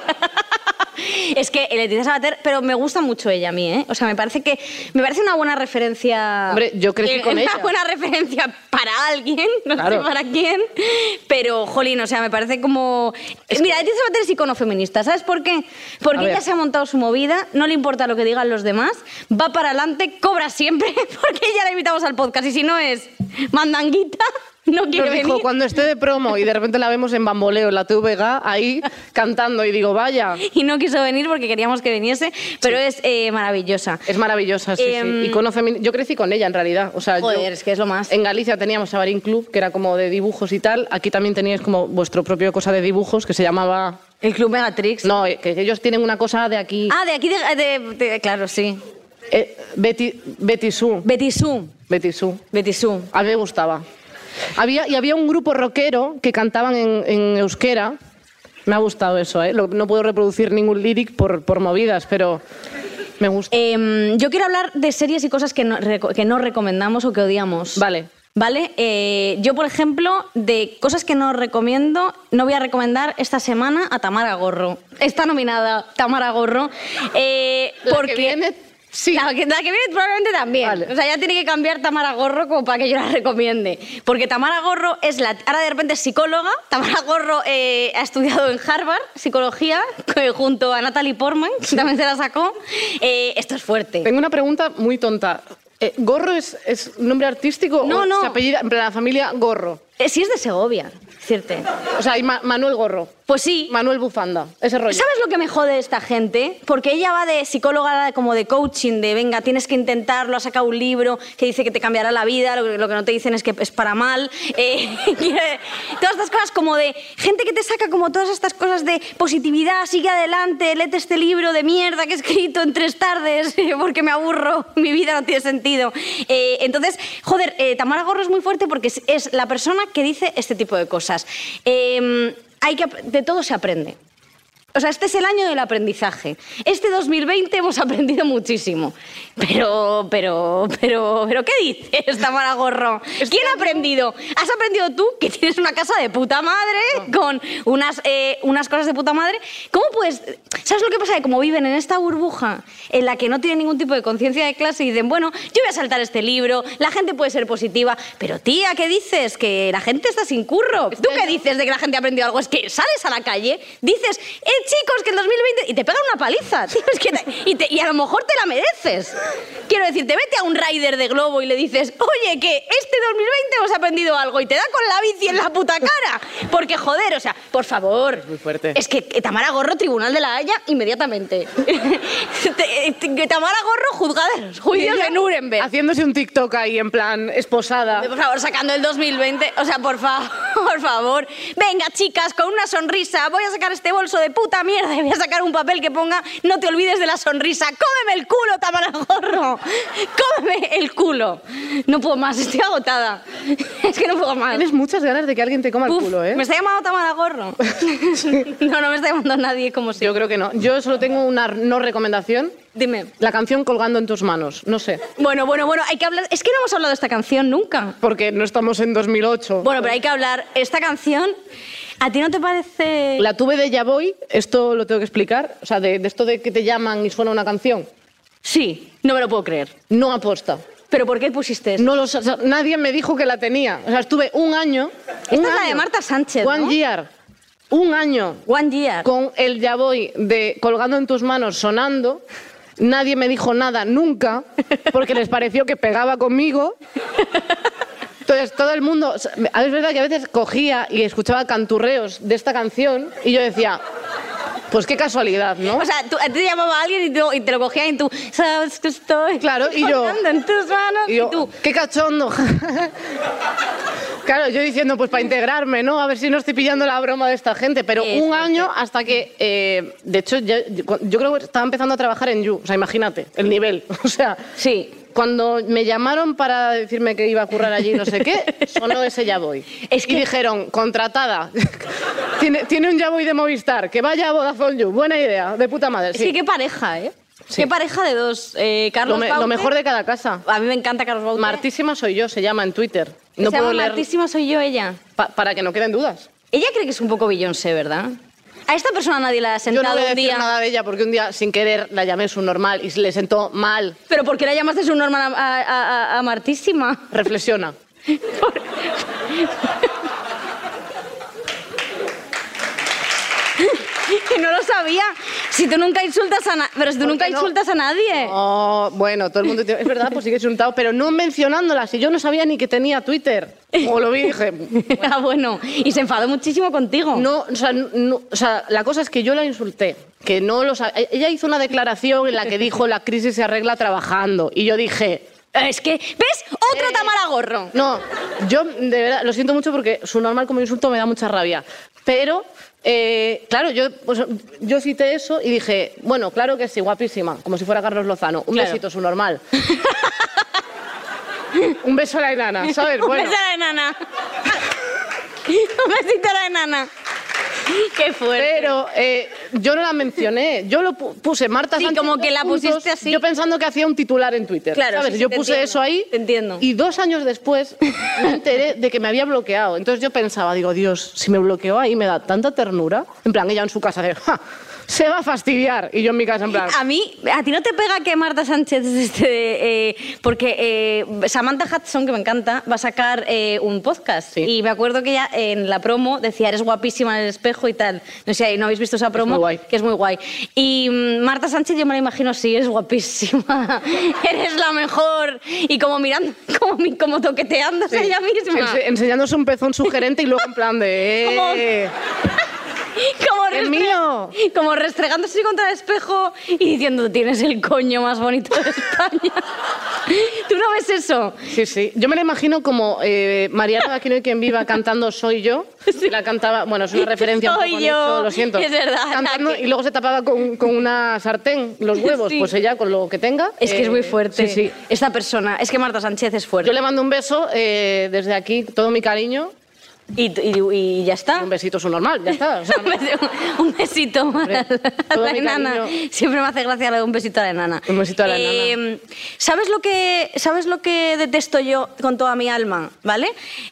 Speaker 4: Es que Leticia Sabater, pero me gusta mucho ella a mí, ¿eh? O sea, me parece que me parece una buena referencia.
Speaker 3: Hombre, yo crecí
Speaker 4: Eh,
Speaker 3: con
Speaker 4: una
Speaker 3: ella.
Speaker 4: buena referencia para alguien, no
Speaker 3: Claro.
Speaker 4: sé para quién, pero jolín, o sea, me parece como Mira, Leticia Sabater es icono feminista, ¿sabes por qué? Porque
Speaker 3: A ver.
Speaker 4: ella se ha montado su movida, no le importa lo que digan los demás, va para adelante, cobra siempre, porque ella la invitamos al podcast y si no es mandanguita. No quiere
Speaker 3: Nos
Speaker 4: venir.
Speaker 3: dijo, cuando esté de promo y de repente la vemos en Bamboleo, en la TVG, ahí cantando y digo, vaya,
Speaker 4: Y no quiso venir porque queríamos que viniese, pero es eh, maravillosa.
Speaker 3: es maravillosa, sí,
Speaker 4: Em,
Speaker 3: sí. Icono femenino. Yo crecí con ella en realidad. O sea, yo-
Speaker 4: Joder, es que es lo más.
Speaker 3: En Galicia teníamos Sabarín Club, que era como de dibujos y tal. Aquí también teníais como vuestro propio cosa de dibujos que se llamaba...
Speaker 4: El Club Megatrix.
Speaker 3: No, eh, que ellos tienen una cosa de aquí...
Speaker 4: Ah, de aquí, de, de- de- claro, sí.
Speaker 3: Eh, Betty, Betty Sue.
Speaker 4: Betisú.
Speaker 3: Betty Sue.
Speaker 4: Betisú.
Speaker 3: A mí me gustaba. Había, y había un grupo rockero que cantaban en, en euskera. Me ha gustado eso, ¿eh? Lo- no puedo reproducir ningún lyric por, por movidas, pero me gusta.
Speaker 4: Em, yo quiero hablar de series y cosas que no, reco- que no recomendamos o que odiamos.
Speaker 3: Vale.
Speaker 4: ¿Vale? Eh, yo, por ejemplo, de cosas que no recomiendo, no voy a recomendar esta semana a Tamara Gorro. Está nominada Tamara Gorro. eh,
Speaker 3: La que
Speaker 4: porque
Speaker 3: viene, sí.
Speaker 4: La que, la que viene probablemente también.
Speaker 3: Vale.
Speaker 4: O sea, ya tiene que cambiar Tamara Gorro como para que yo la recomiende. Porque Tamara Gorro es la... Ahora de repente es psicóloga. Tamara Gorro eh, ha estudiado en Harvard psicología que junto a Natalie Portman, que también se la sacó. Eh, esto es fuerte.
Speaker 3: Tengo una pregunta muy tonta. Eh, ¿Gorro es, es nombre artístico
Speaker 4: No,
Speaker 3: o
Speaker 4: no.
Speaker 3: se apellida? En plan, la familia Gorro.
Speaker 4: Eh, si es de Segovia, cierto.
Speaker 3: O sea, hay Ma- Manuel Gorro.
Speaker 4: Pues sí.
Speaker 3: Manuel Bufanda. Ese rollo.
Speaker 4: ¿Sabes lo que me jode de esta gente? Porque ella va de psicóloga, como de coaching, de venga, tienes que intentarlo, ha sacado un libro que dice que te cambiará la vida, lo que, lo que no te dicen es que es para mal. eh, todas estas cosas como de gente que te saca como todas estas cosas de positividad, sigue adelante, lete este libro de mierda que he escrito en tres tardes porque me aburro, mi vida no tiene sentido. Eh, entonces, joder, eh, Tamara Gorro es muy fuerte porque es, es la persona que dice este tipo de cosas. Em, hay que, ap- de todo se aprende. O sea, este es el año del aprendizaje. Este 2020 hemos aprendido muchísimo. Pero, pero, pero, pero, ¿qué dices, Tamara Gorro? ¿Quién ha aprendido? Has aprendido tú que tienes una casa de puta madre con unas, eh, unas cosas de puta madre. ¿Cómo puedes...? ¿Sabes lo que pasa? Que como viven en esta burbuja en la que no tienen ningún tipo de conciencia de clase y dicen, bueno, yo voy a saltar este libro, la gente puede ser positiva. Pero, tía, ¿qué dices? Que la gente está sin curro. ¿Tú qué dices de que la gente ha aprendido algo? Es que sales a la calle, dices, eh, chicos, que el 2020... Y te pegan una paliza, tío, es que te- y, te- y a lo mejor te la mereces. Quiero decirte, vete a un rider de globo y le dices, oye, que este 2020 hemos aprendido algo y te da con la bici en la puta cara. Porque, joder, o sea, por favor. Es
Speaker 3: muy fuerte.
Speaker 4: Es que eh, Tamara Gorro, Tribunal de la Haya, inmediatamente. Te- eh, te- que Tamara Gorro, juzgada en los
Speaker 3: Y
Speaker 4: juicios
Speaker 3: ella
Speaker 4: de Nuremberg.
Speaker 3: Haciéndose un TikTok ahí en plan esposada.
Speaker 4: Por favor, sacando el 2020. O sea, por favor, por favor. Venga, chicas, con una sonrisa. Voy a sacar este bolso de puta mierda y voy a sacar un papel que ponga No te olvides de la sonrisa. ¡Cómeme el culo, Tamara Gorro! ¡Cómeme el culo! No puedo más, estoy agotada. Es que no puedo más.
Speaker 3: Tienes muchas ganas de que alguien te coma el
Speaker 4: Uf,
Speaker 3: culo, ¿eh?
Speaker 4: Me está llamando Tamara Gorro. no, no me está llamando nadie como si.
Speaker 3: Yo creo que no. Yo solo tengo una no recomendación.
Speaker 4: Dime.
Speaker 3: La canción Colgando en tus manos. No sé.
Speaker 4: Bueno, bueno, bueno, hay que hablar. Es que no hemos hablado de esta canción nunca.
Speaker 3: Porque no estamos en 2008.
Speaker 4: Bueno, pero hay que hablar. Esta canción, ¿a ti no te parece.?
Speaker 3: La tuve de Ya Voy, esto lo tengo que explicar. O sea, de, de esto de que te llaman y suena una canción.
Speaker 4: Sí, no me lo puedo creer.
Speaker 3: No aposta.
Speaker 4: ¿Pero por qué pusiste esto?
Speaker 3: No lo, sa- sa- nadie me dijo que la tenía. O sea, estuve un año.
Speaker 4: Esta es la de Marta Sánchez,
Speaker 3: One
Speaker 4: ¿no?
Speaker 3: year. Un año
Speaker 4: One Year.
Speaker 3: con el Ya Voy de Colgando en tus manos sonando. Nadie me dijo nada nunca porque les pareció que pegaba conmigo. Entonces todo el mundo, a ver, es verdad que a veces cogía y escuchaba canturreos de esta canción y yo decía, pues qué casualidad, ¿no?
Speaker 4: O sea, tú, a ti te llamaba alguien y, tú- y te lo cogía y tú, sabes que estoy
Speaker 3: Claro, y yo-
Speaker 4: colgando en tus manos
Speaker 3: Y
Speaker 4: y,
Speaker 3: yo,
Speaker 4: tú,
Speaker 3: qué cachondo. claro, yo diciendo, pues para integrarme, ¿no? A ver si no estoy pillando la broma de esta gente. Pero
Speaker 4: Es
Speaker 3: un
Speaker 4: fuerte.
Speaker 3: año hasta que, eh, de hecho, ya- yo, yo creo que estaba empezando a trabajar en You. O sea, imagínate, el nivel. O sea,
Speaker 4: sí.
Speaker 3: cuando me llamaron para decirme que iba a currar allí, no sé qué, sonó ese ya voy.
Speaker 4: Es
Speaker 3: Y
Speaker 4: que-
Speaker 3: dijeron, contratada. tiene, tiene un ya voy de Movistar, que vaya a Vodafone You. Buena idea, de puta madre.
Speaker 4: Es
Speaker 3: sí.
Speaker 4: que qué pareja, ¿eh?
Speaker 3: Sí.
Speaker 4: Qué pareja de dos. Eh,
Speaker 3: lo,
Speaker 4: Carlos
Speaker 3: me- lo
Speaker 4: Baute-
Speaker 3: mejor de cada casa.
Speaker 4: A mí me encanta Carlos Baute.
Speaker 3: Martísima soy yo, se llama en Twitter.
Speaker 4: Se
Speaker 3: No puedo
Speaker 4: llama
Speaker 3: leer
Speaker 4: Martísima soy yo, ella.
Speaker 3: pa- para que no queden dudas.
Speaker 4: Ella cree que es un poco Beyoncé, ¿verdad? A esta persona nadie la ha
Speaker 3: Yo
Speaker 4: sentado
Speaker 3: no voy a
Speaker 4: un
Speaker 3: decir
Speaker 4: día.
Speaker 3: nada de ella porque un día sin querer la llamé su normal y se le sentó mal.
Speaker 4: Pero ¿por qué la llamaste su normal a, a- a- a- a Martísima?
Speaker 3: Reflexiona.
Speaker 4: Que no lo sabía. Si tú nunca insultas a na- Pero si tú
Speaker 3: ¿Por
Speaker 4: nunca
Speaker 3: qué no?
Speaker 4: insultas a nadie.
Speaker 3: Oh, bueno, todo el mundo. dice, Es verdad, pues sí que he insultado, pero no mencionándola. Si yo no sabía ni que tenía Twitter. O lo vi y dije.
Speaker 4: Ah, bueno. Y se enfadó muchísimo contigo.
Speaker 3: No, o sea, no- o sea, la cosa es que yo la insulté. Que no lo sab- Ella hizo una declaración en la que dijo la crisis se arregla trabajando. Y yo dije.
Speaker 4: Es que, ¿ves?
Speaker 3: Eh.
Speaker 4: Otro tamaragorro.
Speaker 3: No, yo de verdad lo siento mucho porque su normal como insulto me da mucha rabia. Pero, eh, claro, yo, pues, yo cité eso y dije, bueno, claro que sí, guapísima, como si fuera Carlos Lozano. Un
Speaker 4: Claro.
Speaker 3: besito, su normal. Un beso a la enana, ¿sabes?
Speaker 4: Un
Speaker 3: Bueno,
Speaker 4: beso a la enana. Un besito a la enana. Qué fuerte.
Speaker 3: pero eh, yo no la mencioné, yo lo pu- puse Marta
Speaker 4: Sí,
Speaker 3: Sánchez,
Speaker 4: como que
Speaker 3: dos
Speaker 4: la pusiste así.
Speaker 3: Yo pensando que hacía un titular en Twitter,
Speaker 4: Claro,
Speaker 3: ¿sabes?
Speaker 4: sí, sí,
Speaker 3: yo
Speaker 4: te
Speaker 3: puse
Speaker 4: entiendo,
Speaker 3: eso ahí
Speaker 4: te entiendo.
Speaker 3: y dos años después me enteré de que me había bloqueado. Entonces yo pensaba, digo, Dios, si me bloqueó ahí me da tanta ternura. En plan, ella en su casa, de, "Ja, se va a fastidiar. Y yo en mi casa, en plan...
Speaker 4: A mí, a ti no te pega que Marta Sánchez, este, eh, porque eh, Samantha Hudson, que me encanta, va a sacar eh, un podcast.
Speaker 3: Sí.
Speaker 4: Y me acuerdo que ella en la promo decía, eres guapísima en el espejo y tal. No sé, si no habéis visto esa promo,
Speaker 3: muy guay.
Speaker 4: que es muy guay. Y mm, Marta Sánchez, yo me la imagino así, eres guapísima, eres la mejor. Y como mirando, como, mi- como toqueteándose pues ella misma.
Speaker 3: ense- enseñándose un pezón sugerente y luego en plan de... "Eh".
Speaker 4: Como
Speaker 3: ¡Es
Speaker 4: restre-
Speaker 3: mío!
Speaker 4: Como restregándose contra el espejo y diciendo, tienes el coño más bonito de España. ¿Tú no ves eso?
Speaker 3: Sí, sí. Yo me la imagino como eh, Mariana de Aquí no hay quien viva cantando Soy yo. La cantaba, bueno, es una referencia un
Speaker 4: Soy
Speaker 3: poco
Speaker 4: yo.
Speaker 3: nicho, lo siento.
Speaker 4: Es verdad,
Speaker 3: Cantando
Speaker 4: la que-
Speaker 3: y luego se tapaba con, con una sartén los huevos.
Speaker 4: Sí.
Speaker 3: Pues ella con lo que tenga.
Speaker 4: Es que es muy
Speaker 3: eh,
Speaker 4: fuerte.
Speaker 3: Sí, sí.
Speaker 4: Esta persona, es que Marta Sánchez es fuerte.
Speaker 3: Yo le mando un beso eh, desde aquí, todo mi cariño.
Speaker 4: Y, y- y ya está.
Speaker 3: y Un besito es un normal, ya está. O sea,
Speaker 4: Un beso- un besito a la- a
Speaker 3: todo
Speaker 4: la
Speaker 3: mi
Speaker 4: enana.
Speaker 3: cariño.
Speaker 4: Siempre me hace gracia lo de un besito a la enana.
Speaker 3: Un besito a la
Speaker 4: enana. ¿sabes, lo que, ¿Sabes lo que detesto yo con toda mi alma? ¿Vale?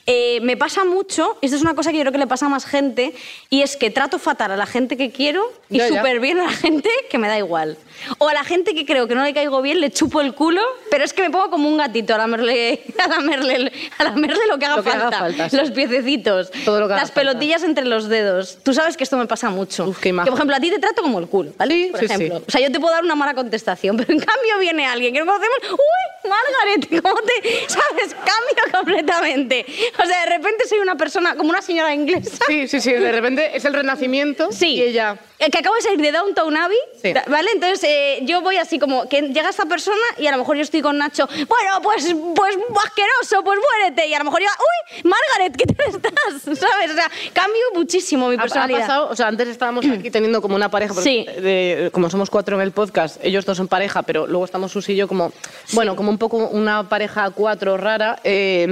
Speaker 4: Eh, me pasa mucho, y esto es una cosa que yo creo que le pasa a más gente, y es que trato fatal a la gente que quiero y
Speaker 3: Ya, ya.
Speaker 4: súper bien a la gente que me da igual. O a la gente que creo que no le caigo bien, le chupo el culo, pero es que me pongo como un gatito a lamerle, a lamerle, a lamerle lo que haga
Speaker 3: Lo que haga
Speaker 4: falta.
Speaker 3: falta, sí.
Speaker 4: Los piececitos,
Speaker 3: Todo lo que haga
Speaker 4: las
Speaker 3: falta.
Speaker 4: pelotillas entre los dedos. Tú sabes que esto me pasa mucho.
Speaker 3: Uf, qué
Speaker 4: que, por
Speaker 3: imagen.
Speaker 4: ejemplo, a ti te trato como el culo, ¿vale?
Speaker 3: Sí,
Speaker 4: por
Speaker 3: sí,
Speaker 4: ejemplo.
Speaker 3: sí.
Speaker 4: O sea, yo te puedo dar una mala contestación, pero en cambio viene alguien que no conocemos. ¡Uy, Margaret! ¿Cómo te...? ¿Sabes? Cambio completamente. O sea, de repente soy una persona como una señora inglesa.
Speaker 3: sí, sí, sí. De repente es el renacimiento
Speaker 4: Sí.
Speaker 3: y ella...
Speaker 4: Eh, Que acabo de salir de Downtown Abbey,
Speaker 3: Sí.
Speaker 4: da- ¿vale? Entonces eh, yo voy así como que llega esta persona y a lo mejor yo estoy con Nacho, bueno, pues, pues asqueroso, pues muérete. Y a lo mejor yo, uy, Margaret, ¿qué tal estás? ¿Sabes? O sea, cambio muchísimo mi
Speaker 3: Ha- ha
Speaker 4: personalidad.
Speaker 3: pasado- o sea, antes estábamos aquí teniendo como una pareja, porque
Speaker 4: Sí.
Speaker 3: de- como somos cuatro en el podcast, ellos dos son pareja, pero luego estamos Susi y yo como, bueno, como un poco una pareja a cuatro rara, eh,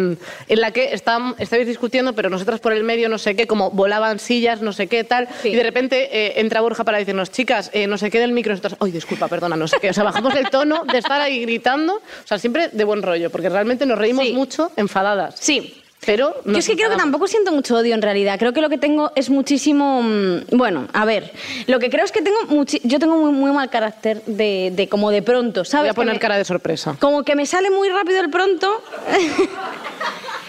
Speaker 3: en la que estam- estabais discutiendo, pero nosotras por el medio, no sé qué, como volaban sillas, no sé qué, tal,
Speaker 4: Sí.
Speaker 3: y de repente eh, entra Borja para decirnos, chicas, eh, no sé qué del micro, nosotras, ay, disculpa, perdona, no sé qué, o sea, bajamos el tono de estar ahí gritando, o sea, siempre de buen rollo, porque realmente nos reímos
Speaker 4: Sí.
Speaker 3: mucho enfadadas.
Speaker 4: Sí.
Speaker 3: Pero
Speaker 4: Yo es que creo que tampoco siento mucho odio en realidad. Creo que lo que tengo es muchísimo. mm, Bueno, a ver. Lo que creo es que tengo. muchi- Yo tengo muy, muy mal carácter de, de como de pronto, ¿sabes?
Speaker 3: Voy a
Speaker 4: Que
Speaker 3: poner
Speaker 4: me-
Speaker 3: cara de sorpresa.
Speaker 4: Como que me sale muy rápido el pronto.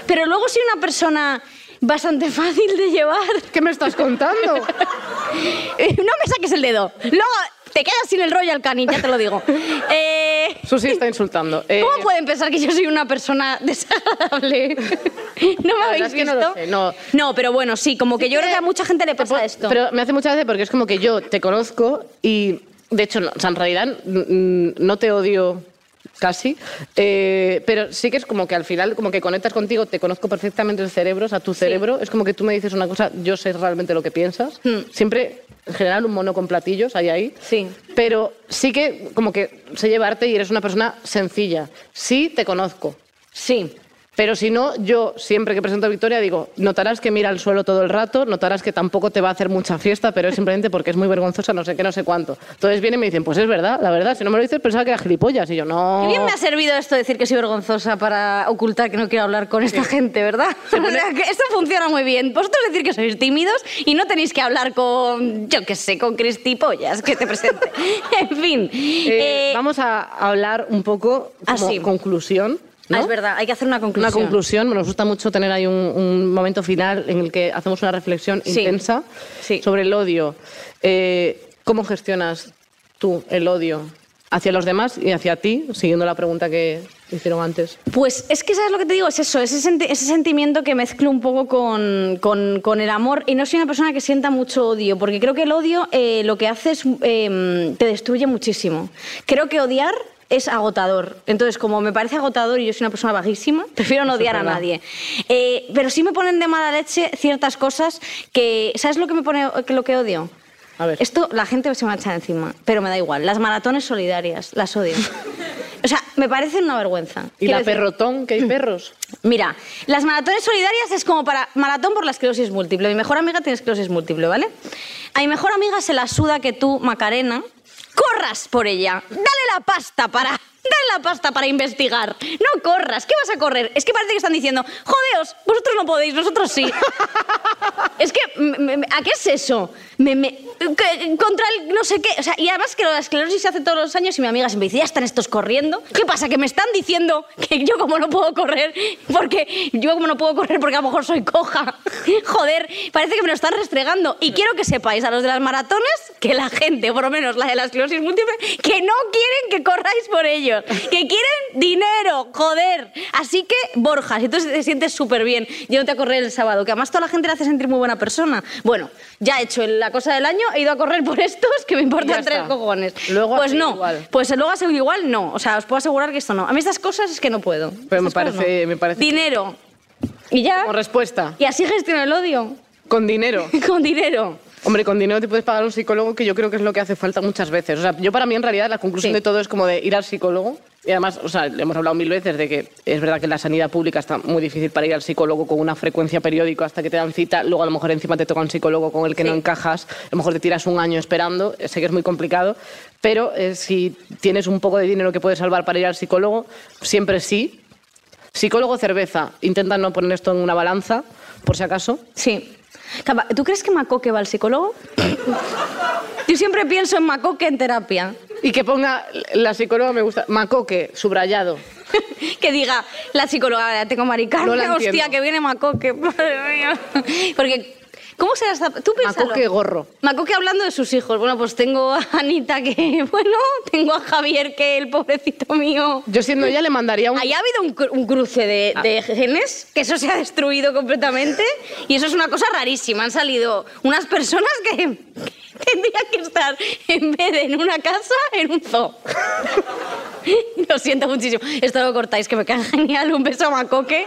Speaker 4: Pero luego soy una persona bastante fácil de llevar.
Speaker 3: ¿Qué me estás contando?
Speaker 4: Eh, No me saques el dedo. Luego te quedas sin el rollo al cani, ya te lo digo. Eh,
Speaker 3: Susi está insultando. Eh,
Speaker 4: ¿Cómo pueden pensar que yo soy una persona desagradable? ¿No me
Speaker 3: La verdad
Speaker 4: habéis
Speaker 3: es que
Speaker 4: visto?
Speaker 3: no lo sé, no.
Speaker 4: pero bueno, sí, como que yo creo que a mucha gente le
Speaker 3: te po-
Speaker 4: pasa esto.
Speaker 3: Pero me hace mucha gracia porque es como que yo te conozco y, de hecho, no, o sea, en realidad mm, mm, no te odio casi, eh, pero sí que es como que al final como que conectas contigo, te conozco perfectamente el cerebro, o sea, tu cerebro, es como que tú me dices una cosa, yo sé realmente lo que piensas, siempre en general un mono con platillos hay ahí,
Speaker 4: Hmm. Sí.
Speaker 3: pero sí que como que sé llevarte y eres una persona sencilla, sí te conozco,
Speaker 4: Sí.
Speaker 3: Pero si no, yo siempre que presento a Victoria digo, notarás que mira al suelo todo el rato, notarás que tampoco te va a hacer mucha fiesta, pero es simplemente porque es muy vergonzosa, no sé qué, no sé cuánto. Entonces vienen y me dicen, pues es verdad, la verdad, si no me lo dices pensaba que era gilipollas. Y yo, no...
Speaker 4: Qué bien me ha servido esto de decir que soy vergonzosa para ocultar que no quiero hablar con esta gente, ¿verdad? O sea, que esto funciona muy bien. Vosotros decir que sois tímidos y no tenéis que hablar con, yo qué sé, con Cristi Pollas, que te presente. en fin.
Speaker 3: Eh,
Speaker 4: eh,
Speaker 3: vamos a hablar un poco como
Speaker 4: así.
Speaker 3: conclusión
Speaker 4: Ah,
Speaker 3: ¿no?
Speaker 4: es verdad, hay que hacer una conclusión.
Speaker 3: Una conclusión, nos gusta mucho tener ahí un, un momento final en el que hacemos una reflexión
Speaker 4: Sí.
Speaker 3: intensa
Speaker 4: Sí.
Speaker 3: sobre el odio. Eh, ¿Cómo gestionas tú el odio hacia los demás y hacia ti, siguiendo la pregunta que hicieron antes?
Speaker 4: Pues es que, ¿sabes lo que te digo? Es eso, ese, senti- ese sentimiento que mezclo un poco con, con- con el amor. Y no soy una persona que sienta mucho odio, porque creo que el odio eh, lo que hace es. eh, te destruye muchísimo. Creo que odiar es agotador. Entonces, como me parece agotador y yo soy una persona bajísima, prefiero no
Speaker 3: Eso es
Speaker 4: odiar a
Speaker 3: verdad.
Speaker 4: nadie. Eh, pero sí me ponen de mala leche ciertas cosas que. ¿Sabes lo que me pone lo que odio?
Speaker 3: A ver.
Speaker 4: Esto la gente se me echa encima, pero me da igual. Las maratones solidarias, las odio. O sea, me parecen una vergüenza.
Speaker 3: ¿Y
Speaker 4: Quiero
Speaker 3: la
Speaker 4: decir-
Speaker 3: perrotón que hay perros?
Speaker 4: Mira, las maratones solidarias es como para maratón por la esclerosis múltiple. Mi mejor amiga tiene esclerosis múltiple, ¿vale? A mi mejor amiga se la suda que tú, Macarena, corras por ella. Dale la pasta para... Dale la pasta para investigar. No corras. ¿Qué vas a correr? Es que parece que están diciendo, jodeos, vosotros no podéis, nosotros sí. Es que, me- me- me- ¿a qué es eso? Me- me- que- contra el no sé qué. O sea, y además que lo de la esclerosis se hace todos los años y mi amiga siempre dice, ya están estos corriendo. ¿Qué pasa? Que me están diciendo que yo como no puedo correr, porque yo como no puedo correr porque a lo mejor soy coja. Joder, parece que me lo están restregando. Y quiero que sepáis a los de las maratones que la gente, por lo menos la de la esclerosis múltiple, que no quieren que corráis por ellos, que quieren dinero, joder. Así que, Borja, si tú te sientes súper bien yéndote a correr el sábado, que además toda la gente le hace sentir muy buena persona. Bueno, ya he hecho el- la cosa del año, he ido a correr por estos que me
Speaker 3: Ya
Speaker 4: importan
Speaker 3: está.
Speaker 4: tres cojones.
Speaker 3: Luego ha
Speaker 4: pues
Speaker 3: sido
Speaker 4: no,
Speaker 3: igual.
Speaker 4: pues luego ha sido igual, no. O sea, os puedo asegurar que esto no. A mí estas cosas es que no puedo.
Speaker 3: Pero me
Speaker 4: Estas cosas
Speaker 3: parece-
Speaker 4: no.
Speaker 3: me parece-
Speaker 4: Dinero. Y Ah. ya.
Speaker 3: Como respuesta,
Speaker 4: Y así gestiono el odio.
Speaker 3: con dinero.
Speaker 4: Con dinero.
Speaker 3: Hombre, con dinero te puedes pagar a un psicólogo, que yo creo que es lo que hace falta muchas veces. O sea, yo para mí en realidad la conclusión
Speaker 4: Sí.
Speaker 3: de todo es como de ir al psicólogo. Y además, o sea, le hemos hablado mil veces de que es verdad que en la sanidad pública está muy difícil para ir al psicólogo con una frecuencia periódica hasta que te dan cita. Luego a lo mejor encima te toca un psicólogo con el que
Speaker 4: Sí.
Speaker 3: no encajas. A lo mejor te tiras un año esperando. Sé que es muy complicado. Pero eh, si tienes un poco de dinero que puedes salvar para ir al psicólogo, siempre sí. Psicólogo, cerveza. Intenta no poner esto en una balanza, por si acaso.
Speaker 4: Sí. Capa- ¿Tú crees que Macoque va al psicólogo? Yo siempre pienso en Macoque en terapia.
Speaker 3: Y que ponga la psicóloga me gusta. Macoque, subrayado.
Speaker 4: que diga la psicóloga, la tengo
Speaker 3: No
Speaker 4: maricarme,
Speaker 3: la
Speaker 4: hostia,
Speaker 3: entiendo.
Speaker 4: que viene Macoque. madre mía. Porque, ¿cómo será esta...? Tú piénsalo.
Speaker 3: Macoque gorro.
Speaker 4: Macoque hablando de sus hijos. Bueno, pues tengo a Anita que, bueno, tengo a Javier que el pobrecito mío...
Speaker 3: Yo siendo ella le mandaría un...
Speaker 4: Ahí ha habido un, cru- un cruce de, de genes, que eso se ha destruido completamente, y eso es una cosa rarísima. Han salido unas personas que tendrían que estar en vez de en una casa, en un zoo. Lo siento muchísimo. Esto lo cortáis, que me cae genial. Un beso a Macoque.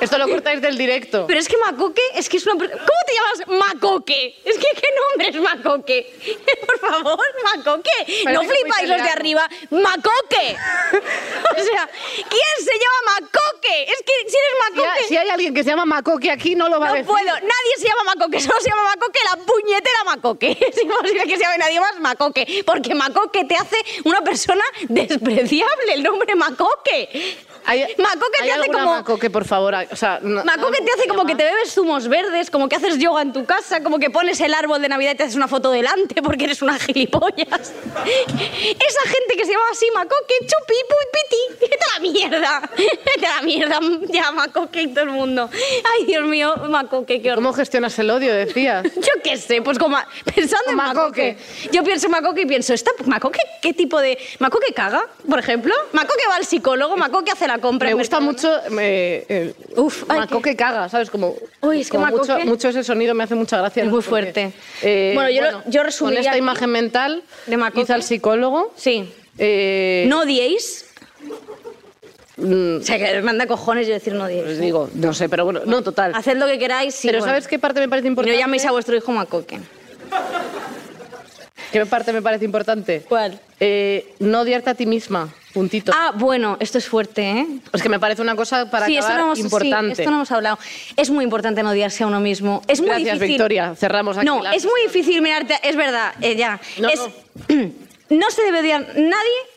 Speaker 3: Esto lo cortáis del directo.
Speaker 4: Pero es que Macoque es que es una... per- ¿Cómo te llamas Macoque? Es que qué nombre es Macoque. Por favor, Macoque.
Speaker 3: Parece
Speaker 4: no
Speaker 3: como
Speaker 4: flipáis los de
Speaker 3: italiano.
Speaker 4: arriba. Macoque. o sea, ¿quién se llama Macoque? Es que
Speaker 3: Si,
Speaker 4: si eres
Speaker 3: ha-
Speaker 4: Macoque...
Speaker 3: si hay alguien que se llama Macoque aquí, no lo va a
Speaker 4: No
Speaker 3: decir.
Speaker 4: puedo, nadie se llama Macoque, solo se llama Macoque la puñetera Macoque. Es imposible que se llame nadie más Macoque, porque Macoque te hace una persona despreciable, el nombre Macoque.
Speaker 3: Hay-
Speaker 4: Macoque
Speaker 3: hay
Speaker 4: te hace
Speaker 3: alguna
Speaker 4: como...
Speaker 3: Macoque, por favor. O sea, no-
Speaker 4: Macoque
Speaker 3: no-
Speaker 4: te hace como que te bebes zumos verdes, como que haces yoga en tu casa, como que pones el árbol de Navidad y te haces una foto delante porque eres una gilipollas. Esa gente que se llama así, Macoque, chupi, pui, piti, vete a la mierda, vete a la mierda, ya Macoque y todo el mundo. Ay, Dios mío, Macoque, qué horror.
Speaker 3: ¿Cómo gestionas el odio, decías?
Speaker 4: Yo qué sé, pues como pensando en Macoque.
Speaker 3: Macoque.
Speaker 4: Yo pienso en Macoque y pienso, ¿esta Macoque qué tipo de. Macoque caga, por ejemplo? Macoque va al psicólogo, Macoque hace la compra.
Speaker 3: Me
Speaker 4: en
Speaker 3: gusta
Speaker 4: Mercadona.
Speaker 3: mucho... me- el-
Speaker 4: Uf, ay,
Speaker 3: Macoque caga, ¿sabes? Como,
Speaker 4: Uy, es que
Speaker 3: como mucho,
Speaker 4: Macoque-
Speaker 3: mucho ese sonido me hace mucha gracia.
Speaker 4: Es muy
Speaker 3: no sé por qué.
Speaker 4: fuerte. Bueno, yo lo- yo resumiría
Speaker 3: Con esta
Speaker 4: aquí
Speaker 3: imagen mental,
Speaker 4: de Macoque.
Speaker 3: quizá al psicólogo.
Speaker 4: Sí.
Speaker 3: eh, mm,
Speaker 4: ¿No odiéis? O sea, que manda cojones yo decir no odiéis.
Speaker 3: Pues digo, no sé, pero bueno, no, total.
Speaker 4: Haced lo que queráis y
Speaker 3: pero
Speaker 4: bueno.
Speaker 3: ¿sabes qué parte me parece
Speaker 4: Y
Speaker 3: importante?
Speaker 4: No llaméis a vuestro hijo macoque.
Speaker 3: ¿Qué parte me parece importante?
Speaker 4: ¿Cuál?
Speaker 3: Eh, no odiarte a ti misma, puntito.
Speaker 4: Ah, bueno, esto es fuerte, ¿eh?
Speaker 3: Es que me parece una cosa para
Speaker 4: sí, esto
Speaker 3: acabar
Speaker 4: no hemos, sí,
Speaker 3: importante.
Speaker 4: esto no hemos hablado. Es muy importante no odiarse a uno mismo. Es muy
Speaker 3: Gracias,
Speaker 4: difícil.
Speaker 3: Victoria. Cerramos aquí
Speaker 4: No,
Speaker 3: la-
Speaker 4: es muy difícil mirarte. Es verdad, eh, ya.
Speaker 3: No,
Speaker 4: Es- no se debe odiar nadie,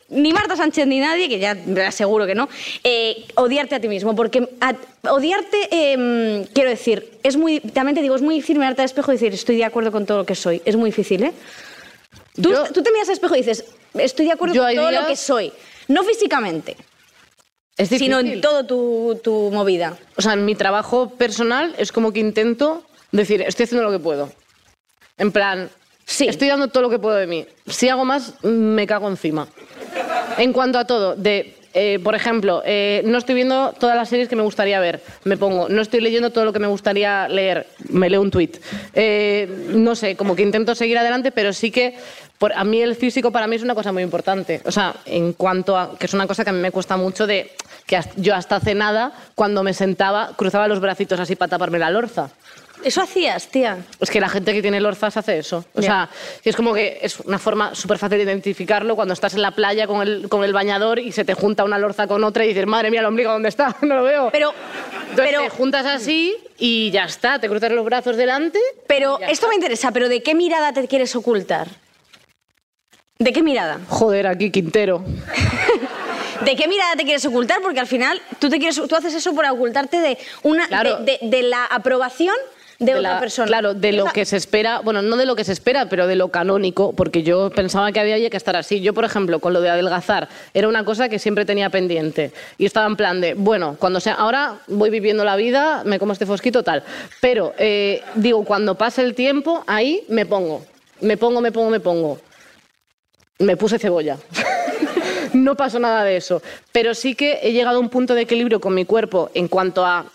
Speaker 4: ni Marta Sánchez ni nadie, que ya te aseguro que no, eh, odiarte a ti mismo. Porque a- odiarte, eh, quiero decir, es muy. También te digo, es muy difícil mirarte al espejo y decir, estoy de acuerdo con todo lo que soy. Es muy difícil, ¿eh? Tú,
Speaker 3: Yo-
Speaker 4: tú te miras al espejo y dices, estoy de acuerdo
Speaker 3: Yo
Speaker 4: con
Speaker 3: hay
Speaker 4: todo lo
Speaker 3: días-
Speaker 4: que soy. No físicamente.
Speaker 3: Es difícil.
Speaker 4: sino en todo tu, tu movida.
Speaker 3: O sea, en mi trabajo personal es como que intento decir, estoy haciendo lo que puedo. En plan,
Speaker 4: Sí.
Speaker 3: estoy dando todo lo que puedo de mí. Si hago más, me cago encima. En cuanto a todo, de, eh, por ejemplo, eh, no estoy viendo todas las series que me gustaría ver, me pongo. No estoy leyendo todo lo que me gustaría leer, me leo un tweet. no sé, como que intento seguir adelante, pero sí que por, a mí el físico para mí es una cosa muy importante. O sea, en cuanto a. que es una cosa que a mí me cuesta mucho de. que hasta- yo hasta hace nada, cuando me sentaba, cruzaba los bracitos así para taparme la lorza.
Speaker 4: Eso hacías, tía.
Speaker 3: Es que la gente que tiene lorzas hace eso. O
Speaker 4: Ya.
Speaker 3: sea, es como que es una forma súper fácil de identificarlo cuando estás en la playa con el, con el bañador y se te junta una lorza con otra y dices, madre mía, el ombligo, ¿dónde está? No lo veo.
Speaker 4: Pero,
Speaker 3: Entonces
Speaker 4: pero,
Speaker 3: te juntas así y ya está, te cruzas los brazos delante.
Speaker 4: pero esto me interesa, pero ¿de qué mirada te quieres ocultar? ¿De qué mirada?
Speaker 3: Joder, aquí Quintero.
Speaker 4: ¿De qué mirada te quieres ocultar? Porque al final tú, te quieres, tú haces eso por ocultarte de, una,
Speaker 3: Claro.
Speaker 4: de, de- de la aprobación de,
Speaker 3: de
Speaker 4: otra
Speaker 3: la-
Speaker 4: persona.
Speaker 3: Claro, de lo
Speaker 4: O sea,
Speaker 3: que se espera, bueno, no de lo que se espera, pero de lo canónico, porque yo pensaba que había que estar así. Yo, por ejemplo, con lo de adelgazar, era una cosa que siempre tenía pendiente. Y estaba en plan de, bueno, cuando sea, ahora voy viviendo la vida, me como este fosquito, tal. Pero, eh, digo, cuando pase el tiempo, ahí me pongo. Me pongo, me pongo, me pongo. Me puse cebolla. no pasó nada de eso. Pero sí que he llegado a un punto de equilibrio con mi cuerpo en cuanto a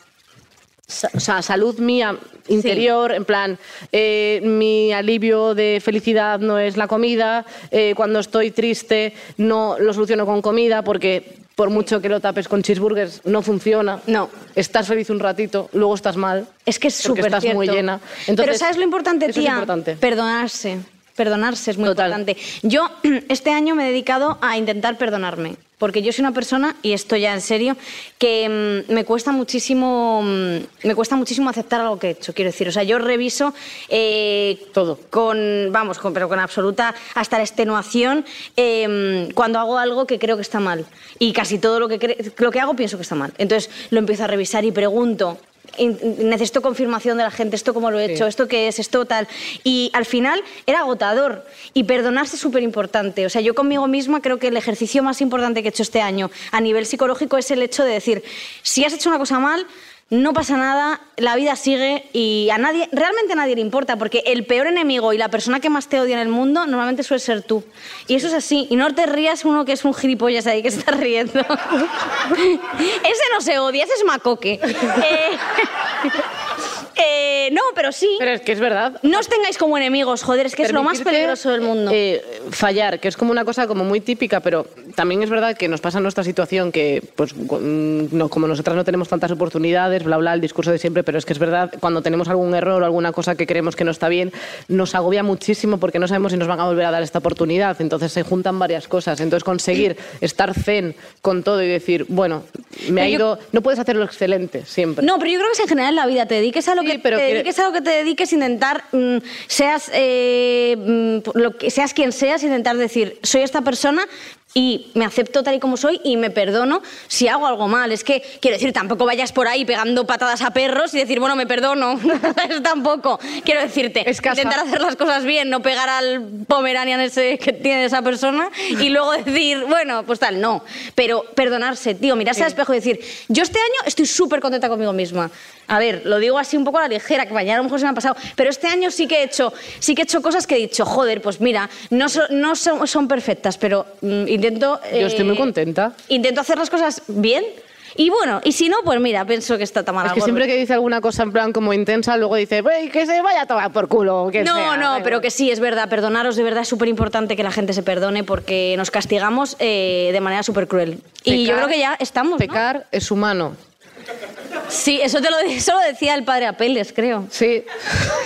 Speaker 3: sa- o sea, salud mía interior, en plan, eh, mi alivio de felicidad no es la comida, eh, cuando estoy triste no lo soluciono con comida porque por mucho que lo tapes con cheeseburgers no funciona.
Speaker 4: No.
Speaker 3: Estás feliz un ratito, luego estás mal.
Speaker 4: Es que es
Speaker 3: porque
Speaker 4: súper
Speaker 3: estás muy
Speaker 4: cierto.
Speaker 3: llena.
Speaker 4: Pero
Speaker 3: Entonces,
Speaker 4: ¿sabes lo importante,
Speaker 3: eso es
Speaker 4: tía?
Speaker 3: importante.
Speaker 4: Perdonarse. Perdonarse es muy
Speaker 3: Total.
Speaker 4: importante. Yo este año me he dedicado a intentar perdonarme. Porque yo soy una persona, y esto ya en serio, que mm, me cuesta muchísimo. mm, Me cuesta muchísimo aceptar algo que he hecho, quiero decir. O sea, yo reviso eh,
Speaker 3: Todo.
Speaker 4: Con, vamos, con- pero con absoluta hasta la extenuación eh, cuando hago algo que creo que está mal. Y casi todo lo que, cre- lo que hago pienso que está mal. Entonces lo empiezo a revisar y pregunto. in- Necesito confirmación de la gente, esto cómo lo he hecho, esto qué es, esto tal. Y al final era agotador y perdonarse es súper importante. O sea, yo conmigo misma creo que el ejercicio más importante que he hecho este año a nivel psicológico es el hecho de decir, si has hecho una cosa mal, no pasa nada, la vida sigue y a nadie, realmente a nadie le importa, porque el peor enemigo y la persona que más te odia en el mundo normalmente suele ser tú. Y eso es así. Y no te rías uno que es un gilipollas ahí que se está riendo. ese no se odia, ese es macoque. Eh, eh, no, pero sí.
Speaker 3: Pero es que es verdad,
Speaker 4: No os tengáis como enemigos, joder, es que es lo más
Speaker 3: permitirte,
Speaker 4: peligroso del mundo.
Speaker 3: eh, fallar, que es como una cosa como muy típica, pero también es verdad que nos pasa en nuestra situación que, pues, gu- mm, no, como nosotras no tenemos tantas oportunidades, bla, bla, el discurso de siempre, pero es que es verdad, cuando tenemos algún error o alguna cosa que creemos que no está bien, nos agobia muchísimo porque no sabemos si nos van a volver a dar esta oportunidad. Entonces se juntan varias cosas. Entonces conseguir estar zen con todo y decir, bueno, me ha
Speaker 4: Pero yo-
Speaker 3: ido... No puedes hacerlo excelente siempre.
Speaker 4: No, pero yo creo que es en general en la vida. Te dediques a lo
Speaker 3: Sí,
Speaker 4: que
Speaker 3: pero
Speaker 4: te
Speaker 3: quiere-
Speaker 4: dediques a lo que te dediques, intentar mm, seas eh, mm, lo que seas quien seas, intentar decir soy esta persona y me acepto tal y como soy y me perdono si hago algo mal. Es que quiero decir tampoco vayas por ahí pegando patadas a perros y decir bueno me perdono. Eso tampoco. Quiero decirte
Speaker 3: Es casa.
Speaker 4: intentar hacer las cosas bien, no pegar al pomeranian ese que tiene esa persona y luego decir bueno pues tal no. Pero perdonarse, digo mirarse al espejo y decir yo este año estoy súper contenta conmigo misma. A ver, lo digo así un poco a la ligera, que mañana a lo mejor se me ha pasado, pero este año sí que he hecho, sí que he hecho cosas que he dicho, joder, pues mira, no, so- no son, son perfectas, pero mm, intento... eh,
Speaker 3: Yo estoy muy contenta.
Speaker 4: Intento hacer las cosas bien y bueno, y si no, pues mira, pienso que está tan mal.
Speaker 3: Es que siempre que dice alguna cosa en plan como intensa, luego dice, "Ey, que se vaya a tomar por culo. Que
Speaker 4: no,
Speaker 3: sea, da
Speaker 4: no,
Speaker 3: igual".
Speaker 4: pero que sí, es verdad, perdonaros, de verdad es súper importante que la gente se perdone porque nos castigamos eh, de manera súper cruel. y yo
Speaker 3: Pecar-
Speaker 4: creo que ya estamos, ¿no?
Speaker 3: Pecar es humano.
Speaker 4: Sí, eso, te lo, eso lo decía el padre Apeles, creo.
Speaker 3: Sí.